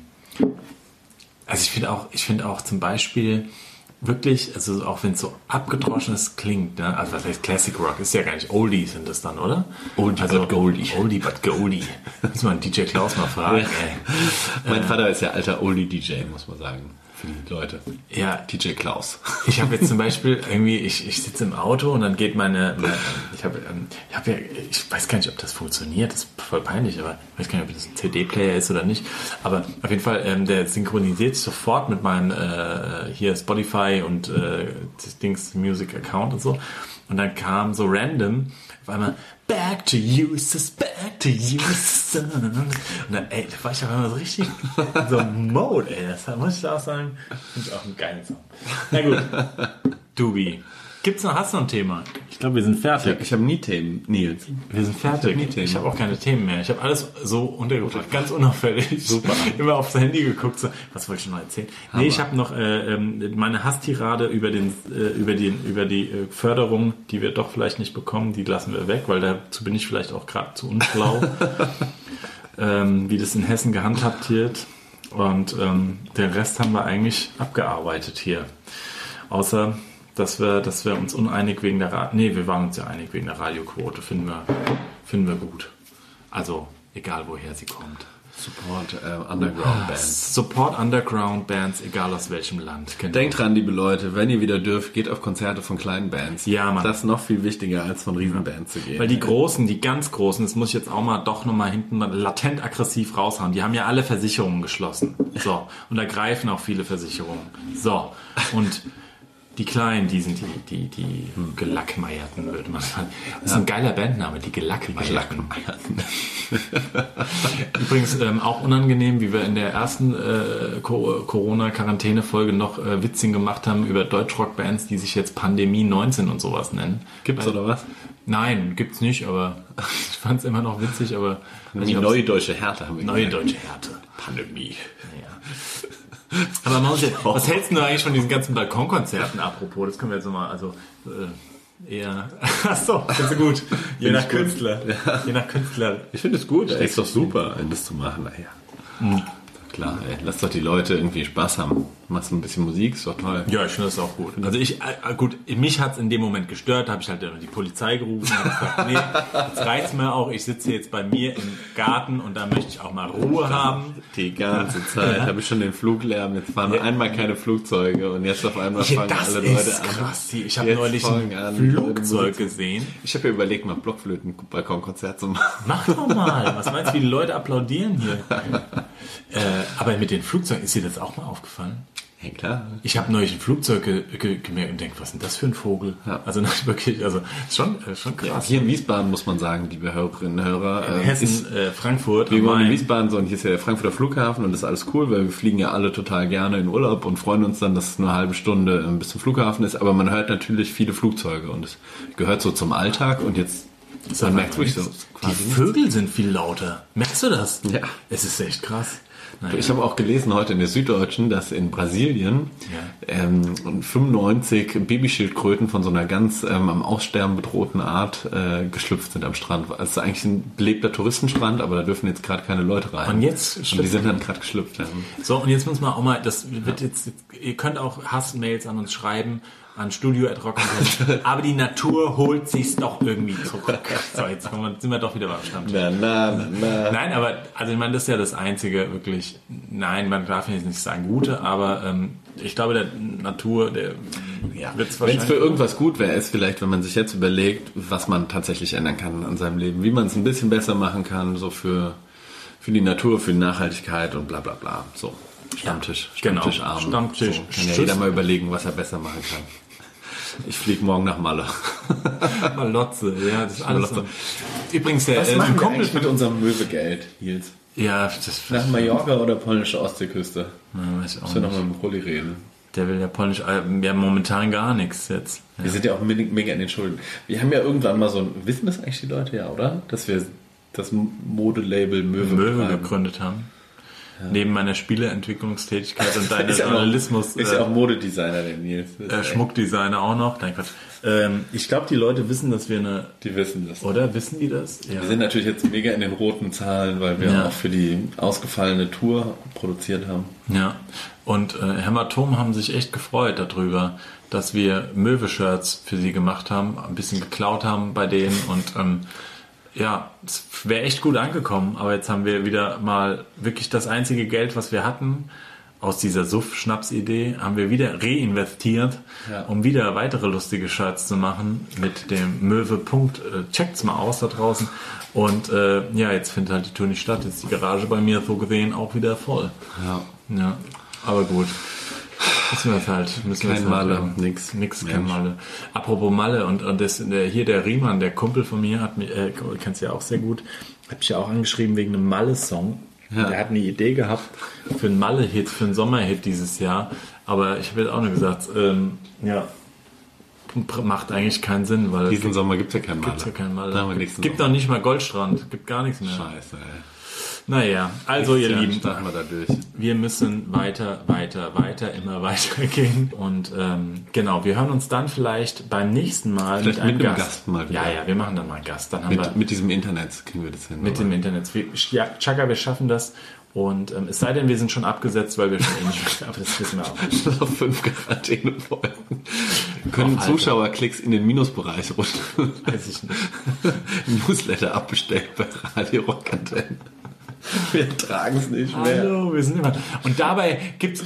Speaker 4: also ich finde auch, ich finde auch zum Beispiel wirklich, also auch wenn es so abgedroschenes klingt, ne? also was heißt Classic Rock, ist ja gar nicht Oldie sind das dann, oder?
Speaker 2: Oldie
Speaker 4: also,
Speaker 2: but goldie.
Speaker 4: Oldie but Goldie. Muss man DJ Klaus mal fragen, ey.
Speaker 2: Mein Vater ist ja alter Oldie-DJ, muss man sagen. Für die Leute.
Speaker 4: Ja,
Speaker 2: DJ Klaus.
Speaker 4: Ich habe jetzt zum Beispiel irgendwie, ich, ich sitze im Auto und dann geht meine, meine ich habe, ähm, ich habe ja, ich weiß gar nicht, ob das funktioniert, das ist voll peinlich, aber ich weiß gar nicht, ob das ein CD-Player ist oder nicht. Aber auf jeden Fall, ähm, der synchronisiert sich sofort mit meinem äh, hier Spotify und äh, das Dings Music Account und so. Und dann kam so random auf einmal Back to you, sis, back to you, son. Und dann, ey, da war ich auf einmal so richtig in so einem Mode, ey. Das muss ich auch sagen. Finde ich auch einen geilen Song. Na gut. Dubi. Gibt's noch, hast du noch ein Thema? Ich glaube, wir sind fertig.
Speaker 2: Ich habe nie Themen, Nils.
Speaker 4: Wir sind fertig.
Speaker 2: nie Themen.
Speaker 4: Ich habe auch keine Themen mehr. Ich habe alles so untergebracht, ganz unauffällig. Super. Immer aufs Handy geguckt. So, was wollte ich noch erzählen? Nee, ich habe noch äh, ähm, meine Hasstirade über den äh, über den über die äh, Förderung, die wir doch vielleicht nicht bekommen, die lassen wir weg, weil dazu bin ich vielleicht auch gerade zu unschlau, ähm, wie das in Hessen gehandhabt wird. Und ähm, den Rest haben wir eigentlich abgearbeitet hier. Außer, dass wir, dass wir uns uneinig wegen der Radio. Nee, wir waren uns ja einig wegen der Radioquote. Finden wir, finden wir gut. Also, egal woher sie kommt.
Speaker 2: Support äh, Underground Bands.
Speaker 4: Support Underground Bands, egal aus welchem Land. Genau.
Speaker 2: Denkt dran, liebe Leute, wenn ihr wieder dürft, geht auf Konzerte von kleinen Bands.
Speaker 4: Ja, Mann.
Speaker 2: Das ist noch viel wichtiger, als von Riesenbands zu gehen.
Speaker 4: Weil die Großen, die ganz Großen, das muss ich jetzt auch mal doch nochmal hinten latent aggressiv raushauen, die haben ja alle Versicherungen geschlossen. So. Und da greifen auch viele Versicherungen. So. Und die Kleinen, die sind die, die, die
Speaker 2: Hm.
Speaker 4: Gelackmeierten, würde man sagen. Das ist ein geiler Bandname, die Gelackmeierten. Übrigens ähm, auch unangenehm, wie wir in der ersten äh, Co Corona-Quarantäne-Folge noch äh, Witzchen gemacht haben über Deutschrock-Bands, die sich jetzt Pandemie 19 und sowas nennen.
Speaker 2: Gibt's oder was?
Speaker 4: Nein, gibt's nicht, aber ich fand's immer noch witzig, aber
Speaker 2: Die neue deutsche Härte haben wir
Speaker 4: neue
Speaker 2: gesagt.
Speaker 4: deutsche Härte.
Speaker 2: Pandemie.
Speaker 4: Naja. Oh. Aber man muss ja, was hältst du denn eigentlich von diesen ganzen Balkonkonzerten apropos? Das können wir jetzt nochmal, also äh, Ja. Ach so, ganz gut. Je nach Künstler. Je nach Künstler.
Speaker 2: Ich finde es gut, ey, ist doch super, das zu machen. Naja.
Speaker 4: Hm.
Speaker 2: Klar, ey, lass doch die Leute irgendwie Spaß haben. Machst ein bisschen Musik, ist doch toll.
Speaker 4: Ja, ich finde das auch gut. Also ich, äh, gut, mich hat's in dem Moment gestört, habe ich halt die Polizei gerufen, habe gesagt, nee, jetzt reizt mir auch, ich sitze jetzt bei mir im Garten und da möchte ich auch mal Ruhe haben.
Speaker 2: Die ganze Zeit habe ich schon den Fluglärm. Jetzt fahren einmal keine Flugzeuge und jetzt auf einmal
Speaker 4: Ja,
Speaker 2: fangen
Speaker 4: das
Speaker 2: alle Leute
Speaker 4: ist
Speaker 2: an.
Speaker 4: krass. Ich habe
Speaker 2: Jetzt
Speaker 4: neulich
Speaker 2: fangen
Speaker 4: ein
Speaker 2: an,
Speaker 4: Flugzeug
Speaker 2: Leute,
Speaker 4: gesehen.
Speaker 2: Ich habe ja überlegt, mal Blockflöten-Balkonkonzert zu machen.
Speaker 4: Mach doch mal. Was meinst du, wie die Leute applaudieren hier? äh, aber mit den Flugzeugen, ist dir das auch mal aufgefallen?
Speaker 2: Ja, klar.
Speaker 4: Ich habe neulich ein Flugzeug ge ge gemerkt und denke, was ist denn das für ein Vogel?
Speaker 2: Ja.
Speaker 4: Also nein, wirklich, also ist schon, äh, schon krass.
Speaker 2: Hier in Wiesbaden muss man sagen, liebe Hörerinnen und Hörer, äh, ist,
Speaker 4: Hessen, äh, Frankfurt,
Speaker 2: wir
Speaker 4: am
Speaker 2: waren in
Speaker 4: Main.
Speaker 2: Wiesbaden so und hier ist ja der Frankfurter Flughafen und das ist alles cool, weil wir fliegen ja alle total gerne in Urlaub und freuen uns dann, dass es nur eine halbe Stunde äh, bis zum Flughafen ist. Aber man hört natürlich viele Flugzeuge und es gehört so zum Alltag und jetzt man merkt wirklich so
Speaker 4: Die
Speaker 2: quasi nichts.
Speaker 4: Vögel sind viel lauter. Merkst du das?
Speaker 2: Ja.
Speaker 4: Es ist echt krass. Naja.
Speaker 2: Ich habe auch gelesen heute in der Süddeutschen, dass in Brasilien ähm, und 95 Babyschildkröten von so einer ganz ähm, am Aussterben bedrohten Art äh, geschlüpft sind am Strand. Es ist eigentlich ein belebter Touristenstrand, aber da dürfen jetzt gerade keine Leute rein.
Speaker 4: Und jetzt
Speaker 2: und die
Speaker 4: schlüpfen-
Speaker 2: sind dann gerade geschlüpft. Ja.
Speaker 4: So, und jetzt muss man auch mal, das wird jetzt, ihr könnt auch Hassmails an uns schreiben, an studio aber die Natur holt sich's doch irgendwie zurück. So, jetzt kommen wir, sind wir doch wieder beim Stammtisch.
Speaker 2: Na, na, na.
Speaker 4: Nein, aber also ich meine, das ist ja das einzige wirklich. Nein, man darf jetzt nicht sagen gute, aber ähm, ich glaube der Natur, der ja, wird's
Speaker 2: Wenn es
Speaker 4: wahrscheinlich.
Speaker 2: für irgendwas gut wäre, ist vielleicht, wenn man sich jetzt überlegt, was man tatsächlich ändern kann an seinem Leben, wie man es ein bisschen besser machen kann, so für, für die Natur, für die Nachhaltigkeit und bla bla bla. So, Stammtisch,
Speaker 4: genau.
Speaker 2: Stammtischabend.
Speaker 4: Stammtisch.
Speaker 2: So, kann ja
Speaker 4: Tschüss.
Speaker 2: jeder mal überlegen, was er besser machen kann. Ich fliege morgen nach Malle.
Speaker 4: Malotze, ja, das ist alles. So. Übrigens, der äh,
Speaker 2: machen wir
Speaker 4: Kumpel-
Speaker 2: eigentlich mit unserem Möwegeld, Nils?
Speaker 4: ja, das
Speaker 2: Nach Mallorca oder polnische Ostseeküste?
Speaker 4: Na, weiß ich auch
Speaker 2: Müssen wir
Speaker 4: nicht.
Speaker 2: nochmal mit Proli reden.
Speaker 4: Der will ja polnisch, äh, ja momentan gar nichts jetzt.
Speaker 2: Wir sind ja auch min- mega in den Schulden. Wir haben ja irgendwann mal so ein, wissen das eigentlich die Leute ja, oder? Dass wir das Modelabel Möwe,
Speaker 4: Möwe
Speaker 2: betreiben.
Speaker 4: gegründet haben. Neben meiner Spieleentwicklungstätigkeit und deines
Speaker 2: ja auch-
Speaker 4: Journalismus.
Speaker 2: Ist
Speaker 4: äh,
Speaker 2: ja auch Modedesigner, der Nils. Das ist
Speaker 4: äh,
Speaker 2: echt-
Speaker 4: Schmuckdesigner auch noch. Nein, Quatsch. Ähm, ich glaube, die Leute wissen, dass wir eine.
Speaker 2: Die wissen das.
Speaker 4: Oder wissen die das? Ja.
Speaker 2: wir sind natürlich jetzt mega in den roten Zahlen, weil wir
Speaker 4: Ja.
Speaker 2: auch für die ausgefallene Tour produziert haben.
Speaker 4: Ja, und äh, Hämatom haben sich echt gefreut darüber, dass wir Möwe-Shirts für sie gemacht haben, ein bisschen geklaut haben bei denen und ähm, ja, es wäre echt gut angekommen, aber jetzt haben wir wieder mal wirklich das einzige Geld, was wir hatten aus dieser Suff-Schnaps-Idee, haben wir wieder reinvestiert,
Speaker 2: Ja.
Speaker 4: um wieder weitere lustige Shirts zu machen mit dem Möwe-Punkt. Äh, Checkt's mal aus da draußen. Und äh, ja, jetzt findet halt die Tour nicht statt. Jetzt ist die Garage bei mir so gesehen auch wieder voll.
Speaker 2: Ja.
Speaker 4: Ja, aber gut. Müssen wir es halt. Müssen wir
Speaker 2: Kein
Speaker 4: es halt
Speaker 2: Malle,
Speaker 4: machen.
Speaker 2: nix.
Speaker 4: Nix, kein
Speaker 2: Mensch.
Speaker 4: Malle. Apropos Malle, und, und das, der, hier der Riemann, der Kumpel von mir, hat mich, äh, kennst du ja auch sehr gut, hat mich ja auch angeschrieben wegen einem Malle-Song. Der hat eine Idee gehabt für einen Malle-Hit, für einen Sommerhit dieses Jahr. Aber ich habe jetzt auch nur gesagt, ähm, ja, pr- macht eigentlich keinen Sinn, weil es
Speaker 2: Diesen Sommer gibt es ja keinen Maler.
Speaker 4: gibt ja kein Malle.
Speaker 2: Dann haben wir
Speaker 4: Gibt,
Speaker 2: nächsten
Speaker 4: gibt
Speaker 2: Sommer.
Speaker 4: auch nicht mal Goldstrand, gibt gar nichts mehr.
Speaker 2: Scheiße, ey.
Speaker 4: Naja, also ihr
Speaker 2: Ja,
Speaker 4: Lieben,
Speaker 2: starten wir da durch.
Speaker 4: wir müssen weiter, weiter, weiter, immer weiter gehen. Und ähm, genau, wir hören uns dann vielleicht beim nächsten Mal
Speaker 2: Vielleicht
Speaker 4: mit einem
Speaker 2: mit einem
Speaker 4: Gast.
Speaker 2: Gast mal wieder.
Speaker 4: Ja, ja, wir machen dann mal einen Gast. Dann haben wir
Speaker 2: Mit, mit diesem Internet kriegen wir das hin.
Speaker 4: mit
Speaker 2: oder?
Speaker 4: dem Internet. Wir, ja, Chaka, wir schaffen das. Und ähm, es sei denn, wir sind schon abgesetzt, weil wir schon eh nicht Aber das wissen wir auch.
Speaker 2: auf fünf Quarantänefolgen können
Speaker 4: Alter.
Speaker 2: Zuschauerklicks in den Minusbereich rutschen.
Speaker 4: Weiß ich nicht.
Speaker 2: Newsletter abbestellt bei Radio Rockantenne. Wir tragen es nicht mehr.
Speaker 4: Hallo, wir sind immer. Und dabei gibt's.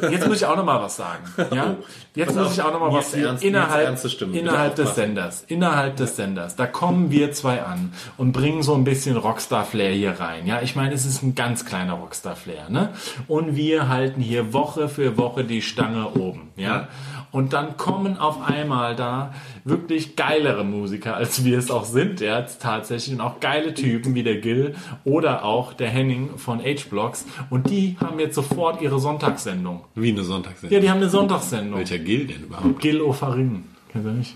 Speaker 4: Jetzt muss ich auch noch mal was sagen. Ja?
Speaker 2: Oh.
Speaker 4: Jetzt
Speaker 2: Also
Speaker 4: muss ich auch noch mal
Speaker 2: Nils
Speaker 4: was hier
Speaker 2: Ernst- Nils
Speaker 4: innerhalb,
Speaker 2: ernste Stimme. Bitte
Speaker 4: innerhalb des
Speaker 2: aufpassen.
Speaker 4: Senders. Innerhalb des Senders. Da kommen wir zwei an und bringen so ein bisschen Rockstar-Flair hier rein. Ja, ich meine, es ist ein ganz kleiner Rockstar-Flair. Ne? Und wir halten hier Woche für Woche die Stange oben. Ja. Und dann kommen auf einmal da wirklich geilere Musiker, als wir es auch sind, ja, jetzt tatsächlich. Und auch geile Typen wie der Gil oder auch der Henning von H-Blocks. Und die haben jetzt sofort ihre Sonntagssendung.
Speaker 2: Wie eine Sonntagssendung.
Speaker 4: Ja, die haben eine Sonntagssendung.
Speaker 2: Welcher Gil denn überhaupt?
Speaker 4: Gil O'Farin. Kennst du nicht?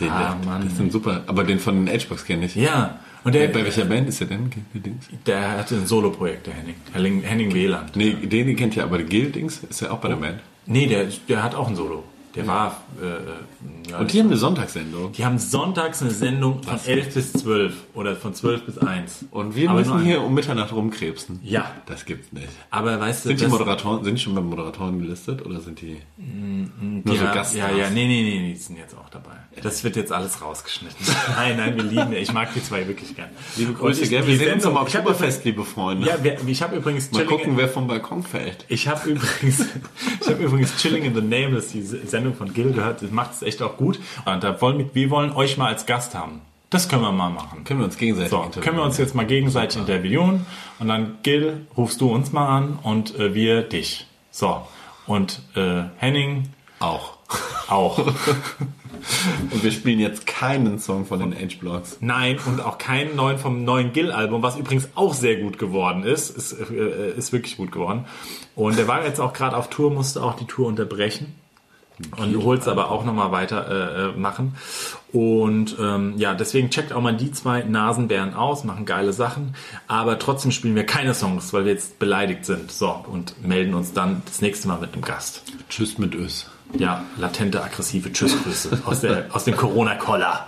Speaker 2: Den,
Speaker 4: Ah,
Speaker 2: der,
Speaker 4: Mann.
Speaker 2: Das ist ein super. Aber den von den Edgebox kenne ich.
Speaker 4: Ja. Und der,
Speaker 2: Bei welcher Band ist der denn? Kennt ihr Dings?
Speaker 4: der hatte ein Solo-Projekt, der Henning. Henning, Henning Wieland. Oh.
Speaker 2: Nee, den, den kennt ihr, aber Gil Dings ist ja auch bei der Band.
Speaker 4: Nee, der, der hat auch ein Solo. Der war. Äh, ja,
Speaker 2: Und die haben eine Sonntagssendung.
Speaker 4: die haben sonntags eine Sendung von 11 bis 12 oder von 12 bis 1.
Speaker 2: Und wir
Speaker 4: Aber nur
Speaker 2: müssen
Speaker 4: eine.
Speaker 2: hier um Mitternacht rumkrebsen.
Speaker 4: Ja.
Speaker 2: Das gibt's nicht.
Speaker 4: Aber weißt du,
Speaker 2: Sind die
Speaker 4: das-
Speaker 2: Moderatoren, sind die schon bei Moderatoren gelistet oder sind die nur so
Speaker 4: Mm, ja,
Speaker 2: Gaststars?
Speaker 4: ja, ja, nee, nee, nee, nee, die sind jetzt auch dabei. Das wird jetzt alles rausgeschnitten. nein, nein, wir lieben, ich mag die zwei wirklich gern.
Speaker 2: Liebe Grüße,
Speaker 4: Und ich-
Speaker 2: gell? Wir
Speaker 4: die
Speaker 2: sehen uns am
Speaker 4: Sendung- ich hab
Speaker 2: Oktoberfest, liebe Freunde.
Speaker 4: übrigens- Ja, wir, ich habe übrigens
Speaker 2: Mal
Speaker 4: Chilling-
Speaker 2: gucken, wer vom Balkon fällt.
Speaker 4: Ich habe übrigens, ich habe übrigens Chilling in the Name, das ist die Sendung von Gil gehört, das macht es echt auch gut. Und da wollen wir, wir wollen euch mal als Gast haben. Das können wir mal machen.
Speaker 2: Können wir uns gegenseitig
Speaker 4: So,
Speaker 2: interviewen?
Speaker 4: können wir uns jetzt mal gegenseitig interviewen und dann Gil rufst du uns mal an und äh, wir dich. So und äh, Henning
Speaker 2: auch.
Speaker 4: auch.
Speaker 2: Und wir spielen jetzt keinen Song von den H-Blocks.
Speaker 4: Nein, und auch keinen neuen vom neuen Gill-Album, was übrigens auch sehr gut geworden ist. Ist, äh, ist wirklich gut geworden. Und der war jetzt auch gerade auf Tour, musste auch die Tour unterbrechen. Und holt's aber auch nochmal weiter äh, äh, machen. Und ähm, ja, deswegen checkt auch mal die zwei Nasenbären aus, machen geile Sachen. Aber trotzdem spielen wir keine Songs, weil wir jetzt beleidigt sind. So, und melden uns dann das nächste Mal mit einem Gast.
Speaker 2: Tschüss mit Ös.
Speaker 4: Ja, latente, aggressive Tschüssgrüße aus, der, aus dem Corona-Koller.